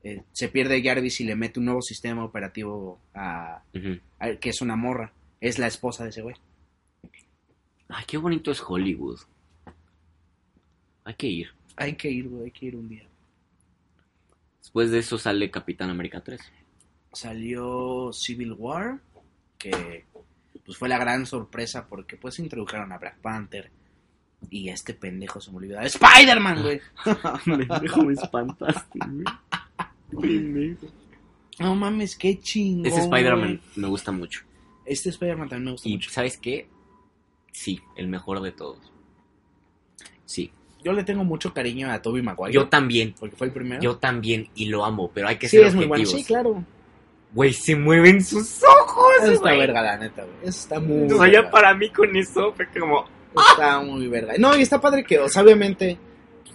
eh, se pierde Jarvis y le mete un nuevo sistema operativo a,
Ujú.
a- que es una morra, es la esposa de ese güey.
Ay, qué bonito es Hollywood. Hay que ir.
Hay que ir, güey, hay que ir un día.
Después de eso sale Capitán América 3.
Salió Civil War, que pues fue la gran sorpresa porque pues introdujeron a Black Panther y este pendejo se me olvidó. Spider-Man, güey.
Pendejo, me espantaste,
No mames, qué chingón.
Ese Este Spider-Man
güey.
me gusta mucho.
Este Spider-Man también me gusta
Y
mucho.
¿sabes qué? Sí, el mejor de todos. Sí.
Yo le tengo mucho cariño a Tobey Maguire.
Yo también.
porque fue el primero.
Yo también y lo amo, pero hay que
sí,
ser
es muy bueno.
objetivos.
Sí, claro.
Güey, se mueven sus ojos,
Eso está
güey.
verga, la neta, güey. Eso está muy.
O sea, ya
verga.
para mí con eso fue como...
Está muy verga. No, y está padre que, o sea, obviamente.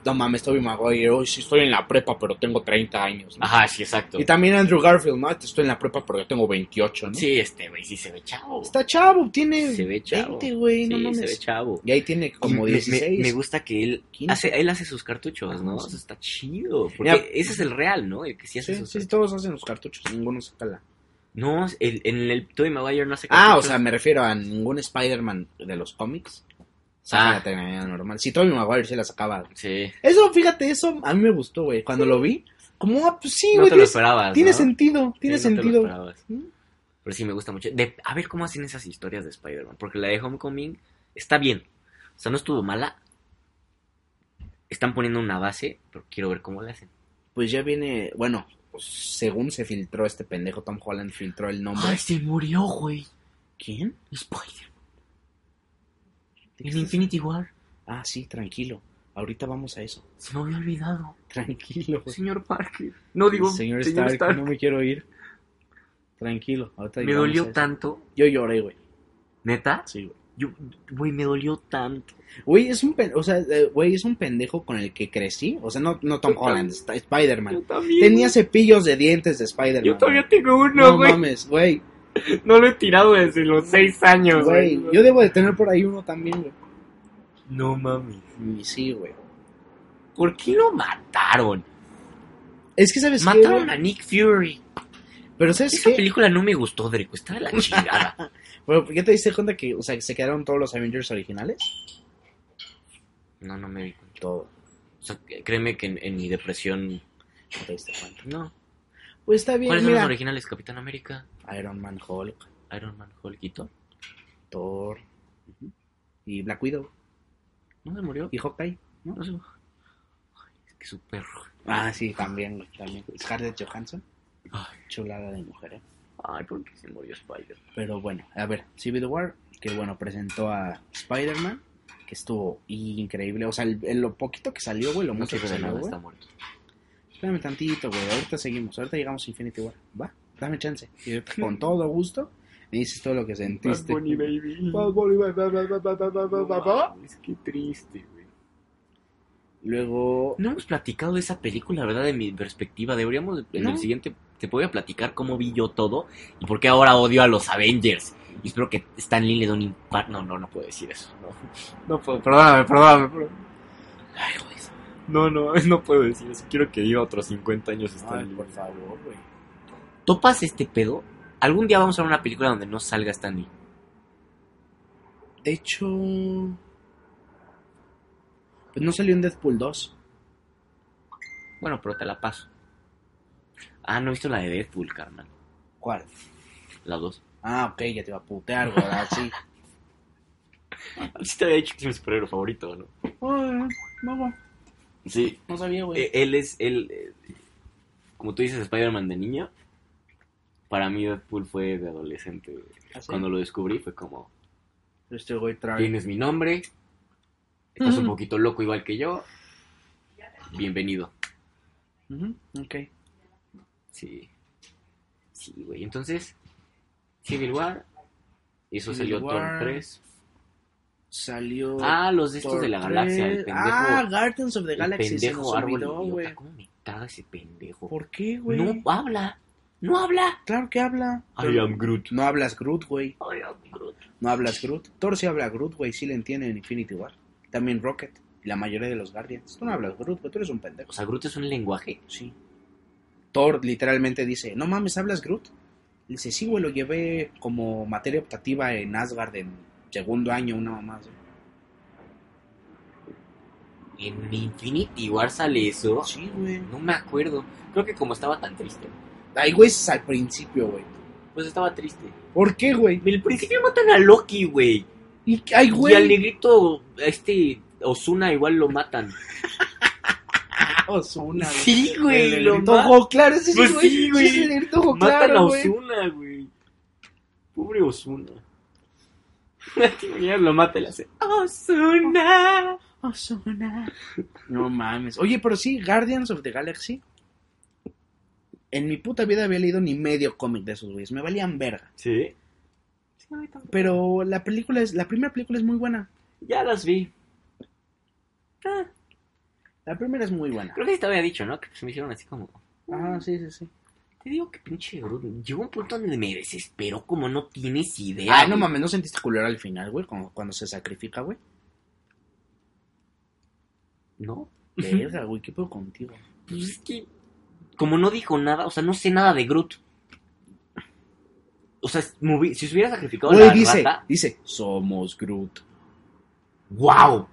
No mames, Tobey Maguire. Hoy sí estoy en la prepa, pero tengo 30 años. ¿no?
Ajá, sí, exacto.
Y también Andrew Garfield, ¿no? Estoy en la prepa, pero yo tengo 28, ¿no?
Sí, este güey sí se ve chavo.
Está chavo, tiene
Se ve chavo.
20, güey,
Sí,
no mames.
se ve chavo.
Y ahí tiene como
Y me-
16.
Me, me gusta que él
15.
hace, él hace sus cartuchos, ¿no? Eso está chido. Porque
Mira-
ese es el real, ¿no? El que sí hace
Sí,
sus
sí, todos hacen los cartuchos, ninguno saca la...
No, el- en el Tobey Maguire no hace
Ah, o
cartuchos.
sea, me refiero a ningún Spider-Man de los cómics. Saca
Ah.
la telaraña normal. Si Tobey Maguire se la sacaba.
Sí.
Eso, fíjate, eso a mí me gustó, güey. Cuando lo vi, como, ah, pues sí,
no
güey,
te lo
tienes-
esperabas.
tiene
¿no?
sentido, tiene
Sí, no te lo
sentido.
esperabas.
¿Mm?
Pero sí me gusta mucho. De- a ver cómo hacen esas historias de Spider-Man. Porque la de Homecoming está bien. O sea, no estuvo mala. Están poniendo una base, pero quiero ver cómo la hacen.
pues ya viene, bueno, pues, según se filtró este pendejo, Tom Holland filtró el nombre.
se murió, güey.
¿Quién?
Spider-Man. En Infinity War.
Ah, sí, tranquilo. Ahorita vamos a eso.
Se me había olvidado.
Tranquilo, güey.
Señor Parker. No digo,
señor,
señor,
Stark,
Stark.
no me quiero ir. Tranquilo, ahorita
Me
llegamos a
dolió
eso.
tanto.
Yo lloré, güey.
¿Neta?
Sí, güey.
Yo, güey, me dolió tanto.
Güey, es un pendejo, o sea, eh, güey, es un pendejo con el que crecí. O sea, no, no Tom Holland, Sta- Spider-Man.
también.
Tenía cepillos de dientes de Spider-Man.
Yo todavía
güey.
tengo
No
uno, güey. No,
mames, güey.
lo he tirado desde los seis años,
Güey,
güey.
yo debo de tener por ahí uno también, güey.
No mames.
Y sí, güey.
¿Por qué lo mataron?
Es que, ¿sabes qué,
mataron
güey?
a Nick Fury.
Pero, ¿sabes
Esa
qué?
película no me gustó, Dreco. Está de la chingada.
Bueno, ¿ya te diste cuenta que, o sea, que se quedaron todos los Avengers originales?
no, no me di cuenta.
Todo.
O sea, créeme que en, en mi depresión. este
¿No te diste cuenta?
No.
Pues está bien,
¿Cuáles son los
mira.
originales? Capitán América,
Iron Man, Hulk,
Iron Man, Hulk y Thor.
Thor y Black Widow
¿No se murió?
y Hawkeye.
No se- Ay, Es que su perro.
Ah, sí, también, güey, también. Scarlett Johansson,
Ay,
chulada de mujer, ¿eh?
ay, ¿por qué se murió Spider?
Pero bueno, a ver, Civil War, que bueno, presentó a Spider-Man, que estuvo increíble. O sea, el- el- lo poquito que salió, güey, lo
No
mucho que
sirve de
salió,
nada,
güey.
está muerto.
Espérame tantito, güey, ahorita seguimos, ahorita llegamos a Infinity War. Va, dame chance. Y ahorita, con todo gusto, me dices todo lo que sentiste.
Baby. Es que triste, güey.
Luego,
No hemos platicado de esa película, ¿verdad? De mi perspectiva. Deberíamos, en
No.
el siguiente, te voy a platicar cómo vi yo todo y por qué ahora odio a los Avengers. Y espero que Stan Lee le dé un impacto. No, no, no puedo decir eso. No, no puedo. Perdóname, perdóname. perdóname.
ay, güey,
No, no, no puedo decir eso. Quiero que viva otros 50 años este
ay, por favor, güey.
¿Topas este pedo? Algún día vamos a ver una película donde no salga Stan Lee.
De hecho. Pues no salió en Deadpool 2.
Bueno, pero te la paso. Ah, no he visto la de Deadpool, carnal.
¿Cuál?
La dos.
Ah, ok, ya te iba a putear, güey. ah, Sí.
Sí te había dicho que es mi superhéroe favorito, ¿no?
Ah, no, güey.
Sí,
No sabía, güey.
Eh, Él es, él, eh, como tú dices, Spider-Man de niño. Para mí Deadpool fue de adolescente. güey.
Ah, sí.
Cuando lo descubrí fue como,
Este güey trae.
tienes mi nombre, estás un
Ujú.
poquito loco igual que yo, bienvenido.
Ujú, ok.
Sí. Sí, güey. Entonces, Civil War, y eso
Civil
salió Thor
War.
3.
Salió.
Ah, los de estos
Thor
de la galaxia, el
3.
pendejo.
Ah, Guardians of the
el
Galaxy. Se nos
pendejo árbol
olvidó,
idiota.
güey.
¿Cómo me caga ese pendejo?
¿Por qué, güey?
No habla, no habla.
Claro que habla.
Groot.
No hablas Groot, güey.
I am Groot.
No hablas Groot. Thor sí habla Groot, güey. Sí le entiende en Infinity War. También Rocket. Y la mayoría de los Guardians. Tú no hablas Groot, güey. Tú eres un pendejo.
O sea, Groot es un lenguaje.
Sí. Thor literalmente dice, no mames, ¿hablas Groot? Le dice, sí, güey, lo llevé como materia optativa en Asgard en segundo año, una mamá. así".
En Infinity War sale eso.
Sí, güey.
No me acuerdo. Creo que como estaba tan triste.
Ay, güey, es al principio, güey.
Pues estaba triste.
¿Por qué, güey?
Al principio matan a Loki, güey.
Y, ay,
Y al
güey.
negrito, a este Osuna igual lo matan.
Ozuna, güey.
Sí, güey,
El
lo
negrito
ma-
ojo claro, ese sí,
Pues
güey.
sí, güey.
Ese es el negrito ojo
Matan
claro,
a
güey.
Osuna, güey. Pobre Osuna. ¿Te imaginas? lo mata y le hace Osuna.
Ozuna. No mames. Oye, pero sí, Guardians of the Galaxy. En mi puta vida había leído ni medio cómic de esos güeyes. Me valían verga.
Sí.
Pero la película es, la primera película es muy buena.
Ya las vi. Ah,
La primera es muy buena.
creo que te había dicho, ¿no? Que se me hicieron así como.
Ah, sí, sí, sí.
Te digo que pinche Groot. Llegó un punto donde me desesperó como no tienes idea.
Ah, no
güey.
mames, ¿no sentiste culero al final, güey? Como cuando se sacrifica, güey.
No.
Verga, güey, ¿qué pedo contigo?
Pues es que, como no dijo nada, o sea, no sé nada de Groot. O sea, me hubi- si se hubiera sacrificado
Güey,
la
dice,
rata,
dice, somos Groot.
¡wow!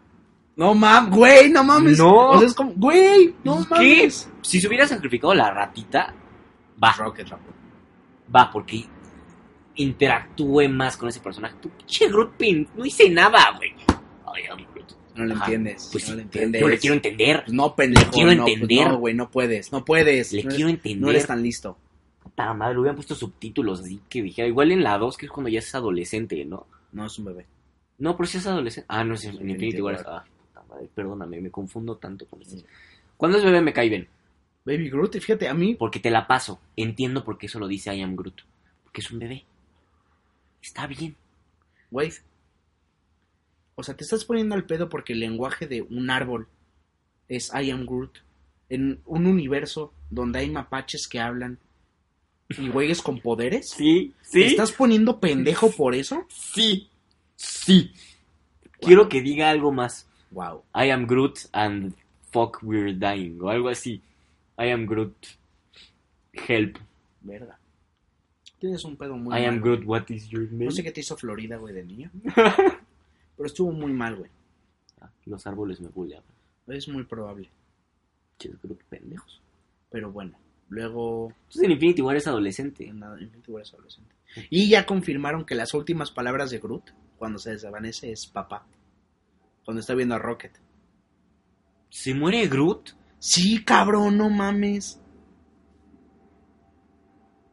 No mames, güey, no mames.
No.
O sea, es como, güey, no
¿Qué?
mames.
Si se hubiera sacrificado la ratita, va,
Rocket, Rocket.
va, porque interactúe más con ese personaje. Tu pinche Groot, pin, no hice nada, güey. Ay, ay, Groot.
No lo
Ajá.
entiendes.
Pues
no
sí,
lo
pero
entiendes.
yo le quiero entender.
Pues no, pendejo.
Le quiero
no, pues
entender.
No, güey, no puedes, no puedes.
Le
no,
quiero
eres, no eres
entender.
tan listo.
Puta madre, le hubieran puesto subtítulos así que dijera. Igual en la 2, que es cuando ya es adolescente, ¿no?
No es un bebé.
No, pero si es adolescente. Ah, no, es en
Infinity
Infinity War.
War.
Ah, puta madre, perdóname, me confundo tanto con
Mm.
esto. Cuando es bebé me cae bien,
Baby Groot, y fíjate, a mí.
porque te la paso. Entiendo por qué eso lo dice I am Groot. Porque es un bebé. Está bien.
Güey. O sea, te estás poniendo al pedo porque el lenguaje de un árbol es I am Groot. En un universo donde hay mapaches que hablan y güeyes con poderes.
Sí, sí.
¿Te estás poniendo pendejo por eso?
Sí, sí. Quiero que diga algo más.
Wow.
I am Groot and fuck we're dying. O algo así. I am Groot. Help.
Verga. Tienes un pedo muy
I
mal.
am Groot. What is your name?
No sé qué te hizo Florida, güey, de niño. Pero estuvo muy mal, güey.
Ah, Los árboles me bullean.
Es muy probable.
Ches Groot, pendejos.
Pero bueno, luego
Entonces en Infinity War es adolescente.
nada, Infinity War es adolescente. Y ya confirmaron que las últimas palabras de Groot, cuando se desvanece, es papá. Cuando está viendo a Rocket.
¿Se muere Groot?
Sí, cabrón, no mames.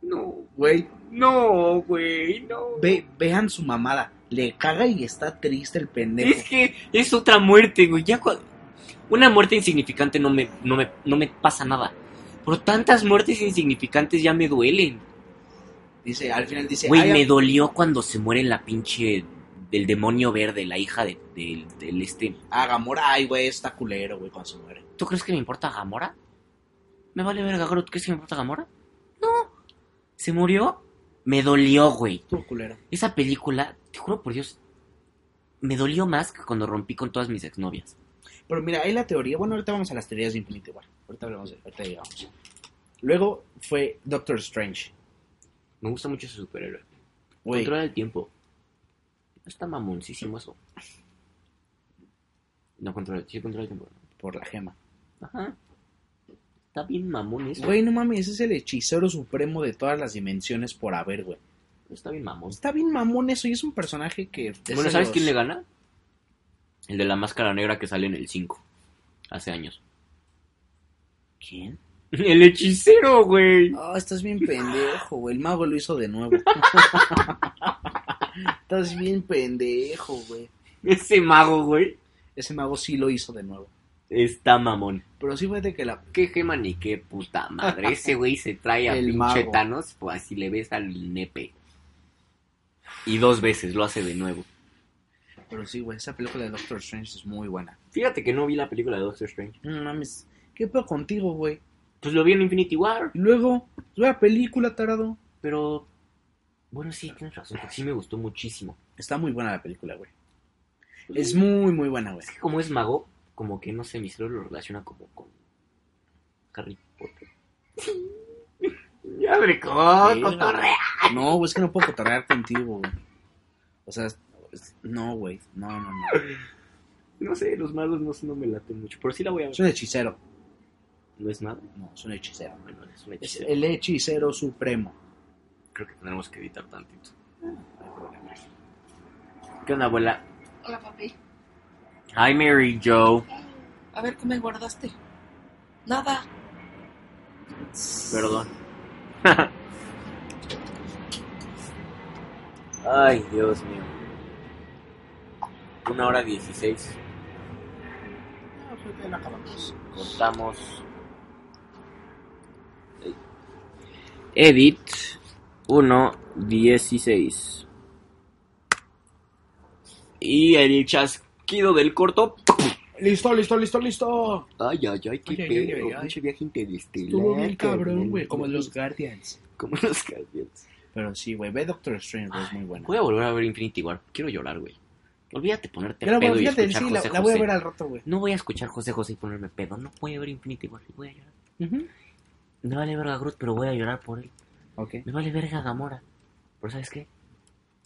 No.
Güey,
No, güey, no.
ve- vean su mamada. Le caga y está triste el pendejo.
Es que es otra muerte, güey. Ya cua- Una muerte insignificante no me, no, me, no me pasa nada. Pero tantas muertes insignificantes ya me duelen.
Dice, al final dice,
Güey,
"I
me
am-
dolió cuando se muere la pinche del demonio verde, la hija de- del- del este.
ah, Gamora, ay, güey, está culero, güey, cuando se muere.
¿Tú crees que me importa Gamora? ¿Me vale verga, Groot? ¿Crees que me importa Gamora? No. ¿Se murió? Me dolió, güey.
Estuvo culero.
Esa película, te juro por Dios, me dolió más que cuando rompí con todas mis exnovias.
Pero mira, hay la teoría. Bueno, ahorita vamos a las teorías de Infinity War. Ahorita hablamos de, ahorita llegamos. Luego fue Doctor Strange.
Me gusta mucho ese superhéroe.
Güey,
Controla el tiempo. No está mamoncísimo eso. No controla, sí controla el tiempo.
por la gema.
Ajá. Está bien mamón eso.
Güey, no mames, ese es el hechicero supremo de todas las dimensiones por haber, güey.
Está bien mamón.
Está bien mamón eso y es un personaje que... es
Bueno,
de
¿sabes
los-
quién le gana? El de la máscara negra que sale en el 5. Hace años.
¿Quién?
El hechicero, güey.
Ah, estás bien pendejo, güey. El mago lo hizo de nuevo. estás bien pendejo, güey.
Ese mago, güey.
Ese mago sí lo hizo de nuevo.
Está mamón.
Pero sí fíjate que la...
Qué gema ni qué puta madre. Ese güey se trae a
El
pinche
mago.
Thanos, pues así le ves al nepe. Y dos veces lo hace de nuevo.
Pero sí, güey, esa película de Doctor Strange es muy buena.
Fíjate que no vi la película de Doctor Strange.
No mames, ¿qué pedo contigo, güey?
Pues lo vi en Infinity War,
Y luego, la película, tarado.
pero Bueno, sí, tienes razón. porque Sí me gustó muchísimo.
Está muy buena la película, güey. Es muy, muy buena, güey.
Es que como es mago, como que no sé, mi cerebro lo relaciona como con Harry Potter. Ya brincó,
Sí,
¡Ah, cotorrea.
No, güey, es que no puedo cotorrear contigo, güey. O sea, es- no, güey. No, no, no.
No sé, los magos no, no me laten mucho, pero sí la voy a
Es
ver.
un hechicero.
¿No es mago?
No, es un hechicero.
Bueno, es un
Es
hechicero.
el hechicero supremo.
Creo que tendremos que editar tantito. ¿Qué onda, abuela?
Hola, papi.
Hi, Mary Joe.
A ver, ¿qué me guardaste? Nada.
Perdón. Ay, Dios mío. Una hora dieciséis.
No, creo que Ah, pues la acabamos.
Cortamos. Edit 1.16. Y el chasquido del corto.
Listo, listo, listo, listo.
Ay, ay, ay, qué
Ay, ay, ay,
pedo.
ay, ay.
Pinche viaje interestelar.
Estuvo bien cabrón,
carnal.
güey. Como los Guardians.
Como los Guardians.
Pero sí, güey. Ve Doctor Strange, güey. Es muy buena.
Voy a volver a ver Infinity War. Quiero llorar, güey. Olvídate ponerte
Pero, güey,
pedo y
fíjate,
escuchar
sí, la,
José
la voy a
José.
ver al rato, güey.
No voy a escuchar José José y ponerme pedo. No voy a ver Infinity War. Voy a llorar. Me vale verga Groot, pero voy a llorar por él.
Ok,
Me vale verga Gamora. Pero ¿sabes qué?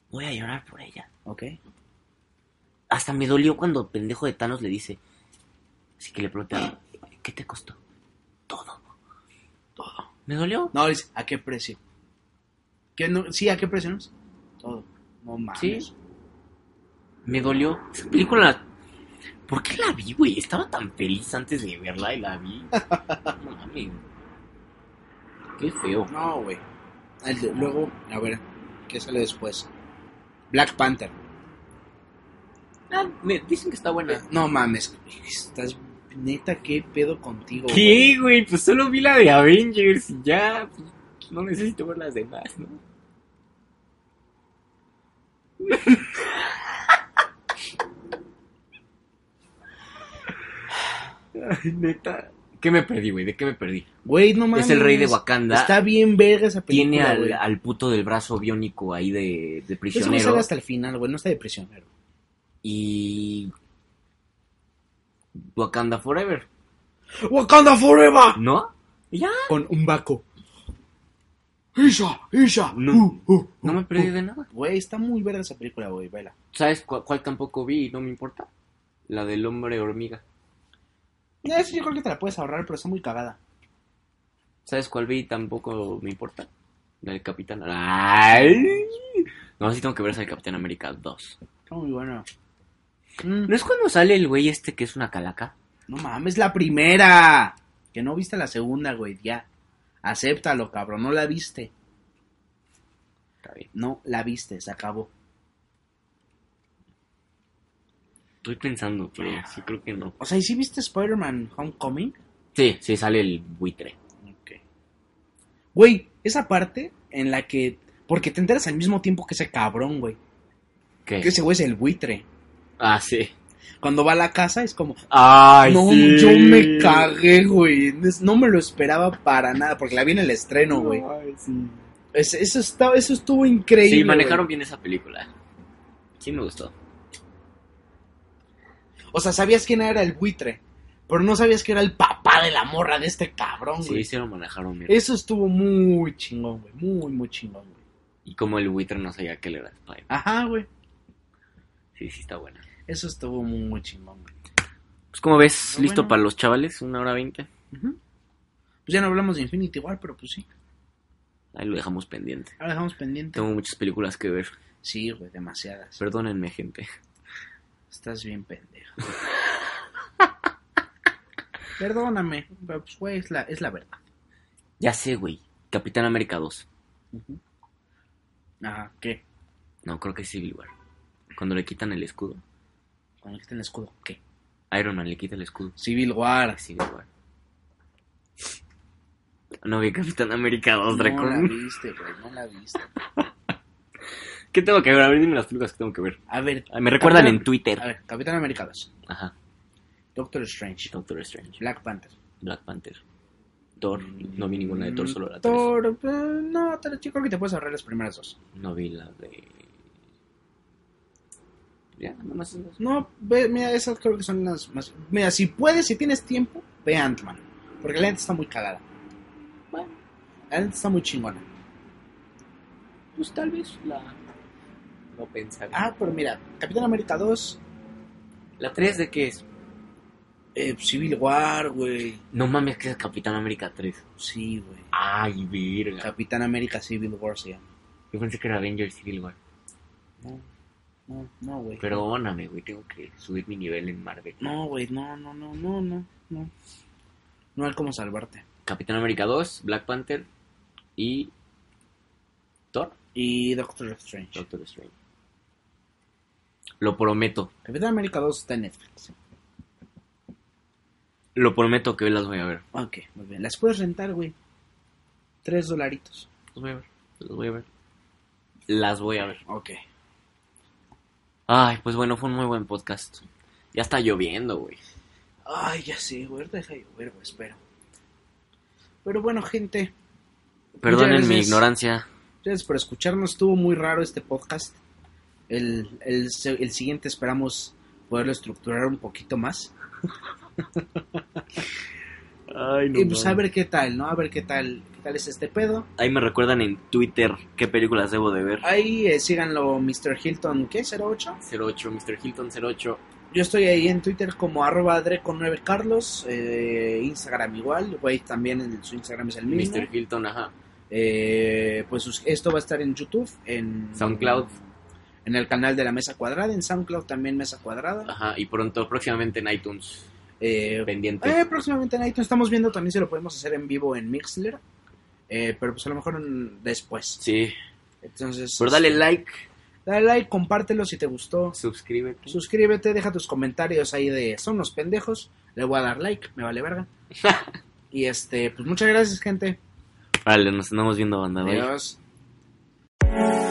Voy a llorar por ella.
ok.
Hasta me dolió cuando el pendejo de Thanos le dice. Así que le pregunta, ¿qué te costó? Todo. Todo. ¿Me dolió?
No, dice, ¿a qué precio? ¿Qué no? Sí, ¿a qué precio? no? Todo. No mames.
Sí. Me dolió. Esa película. ¿Por qué la vi, güey? Estaba tan feliz antes de verla y la vi. No mames. Qué feo.
No, güey. El de- Luego, a ver, ¿qué sale después? Black Panther.
Ah, me dicen que está buena.
No mames, estás neta qué pedo contigo.
¿Qué, güey? Pues solo vi la de Avengers y ya. pues, No necesito ver las demás, ¿no? Ay, neta. ¿Qué me perdí, güey? ¿De qué me perdí?
Güey, no mames.
es el rey de Wakanda.
Está bien verga esa película.
Tiene al,
güey.
al puto del brazo biónico ahí de, de
Ese güey sale
prisionero.
hasta el final, güey, no está de prisionero.
Y. Wakanda Forever,
Wakanda Forever
¿no? Y Ya,
con un Baco. Isha, Isha.
No.
uh, uh, uh,
no me perdí de nada.
uh. Güey, está muy verga esa película, güey, vela.
¿Sabes cu- cuál tampoco vi y no me importa? La del hombre hormiga.
Ya, eso yo creo que te la puedes ahorrar, pero está muy cagada.
¿Sabes cuál vi y tampoco me importa? La del Capitán. ¡Ay! No, sí tengo que ver esa del Capitán América 2.
Está muy buena. Mm,
¿No es cuando sale el güey este que es una calaca?
No mames, la primera. Que no viste la segunda, güey, ya. Acéptalo, cabrón, no la viste.
Está bien.
No la viste, se acabó.
Estoy pensando, pero sí creo que no.
O sea, ¿y si viste Spider-Man Homecoming?
Sí, sí sale el buitre.
Güey, esa parte en la que... Porque te enteras al mismo tiempo que ese cabrón, güey.
¿Qué?
Que ese güey es el buitre.
Ah, sí.
Cuando va a la casa es como...
¡Ay,
no,
sí!
yo me cagué, güey. Es- No me lo esperaba para nada, porque la vi en el estreno, güey.
Ay, sí.
Es- Eso, está, eso estuvo increíble.
Sí,
güey.
manejaron bien esa película. Sí me gustó.
O sea, sabías quién era el buitre, pero no sabías que era el papá de la morra de este cabrón,
Sí,
güey. Eh,
sí lo manejaron bien.
Eso estuvo muy chingón, güey. Muy, muy chingón, güey.
Y como el buitre no sabía que le era Spider.
Ajá, güey.
Sí, sí está buena.
Eso estuvo muy, muy chingón, güey.
Pues como ves,
Pero
listo
bueno.
para los chavales, una hora veinte.
Ujú. Pues ya no hablamos de Infinity War, pero pues sí.
Ahí lo dejamos pendiente.
Ahora dejamos pendiente.
Tengo muchas películas que ver.
Sí, güey, demasiadas.
Perdónenme, gente.
Estás bien pendejo. Perdóname, pero pues, güey, es la, es la verdad.
Ya sé, güey. Capitán América 2.
Ujú. Ajá, ¿qué?
No, creo que es Civil War. Cuando le quitan el escudo.
Cuando le quiten el escudo, ¿qué?
Iron Man le quita el escudo. Ah,
Civil War.
Civil War. No vi Capitán América 2,
No la
Dracón.
viste, güey, no la viste.
¿Qué tengo que ver? A ver, dime las películas que tengo que ver.
A ver,
Ay, Me recuerdan
Capitán-
en Twitter.
A ver, Capitán América 2,
Ajá.
Doctor Strange,
Doctor Strange.
Black Panther, Mm,
Black Panther. Thor, no vi ninguna de Thor, solo la tres.
Thor, eh, no, te, yo creo que te puedes ahorrar las primeras dos.
No vi la de. Ya, nada más. esas.
No, ve, mira, esas creo que son las más... Mira, si puedes, si tienes tiempo, ve Ant-Man. Porque la neta está muy cagada.
Bueno,
La neta está muy chingona.
pues tal vez la. No pensaba.
Ah, pero mira, Capitán América 2,
¿La 3 de qué es?
eh, Civil War, güey.
No mames, que es Capitán América 3.
Sí, güey.
Ay, verga.
Capitán América Civil War se llama.
Yo pensé que era Avengers Civil War.
No, no, no, güey.
Perdóname, güey, tengo que subir mi nivel en Marvel.
No, güey, no, no, no, no, no, no. No hay cómo salvarte.
Capitán América 2, Black Panther y. Thor,
Y Doctor Strange.
Doctor Strange. Lo prometo,
Capitán América 2 está en Netflix.
lo prometo que hoy las voy a ver.
Ok, muy bien. Las puedes rentar, güey. Tres dolaritos.
Las voy a ver, las voy a ver. Las voy a ver.
Ok.
Ay, pues bueno, fue un muy buen podcast. Ya está lloviendo, güey.
Ay, ya sé, güey. ahorita Deja de llover, güey, espero. Pero bueno, gente.
Perdonen
Muchas
mi
gracias.
ignorancia.
Gracias por escucharnos. Estuvo muy raro este podcast. El, el, se- el siguiente esperamos poderlo estructurar un poquito más.
Ay,
y pues a ver qué tal, ¿no? A ver qué tal, qué tal es este pedo.
Ahí me recuerdan en Twitter qué películas debo de ver.
Ahí eh, síganlo, Mr. Hilton, ¿qué? ¿08?
08, Mr. Hilton 08.
Yo estoy ahí en Twitter como arroba dreco9carlos, eh, Instagram igual, güey, también en su Instagram es el mismo.
Mr. Hilton, ajá.
Eh, pues sus- esto va a estar en YouTube, en
SoundCloud,
en el canal de la Mesa Cuadrada, en SoundCloud también Mesa Cuadrada.
ajá. Y pronto, próximamente en iTunes.
Eh,
Pendiente.
eh, próximamente en iTunes estamos viendo también si lo podemos hacer en vivo en Mixler, eh, pero pues a lo mejor en- después.
Sí.
Entonces,
Pero dale like,
dale like, compártelo si te gustó.
suscríbete.
Pues Suscríbete, deja tus comentarios ahí de son los pendejos. Le voy a dar like, me vale verga. y este, pues muchas gracias, gente.
Vale, nos andamos viendo, banda. bye.
Adiós.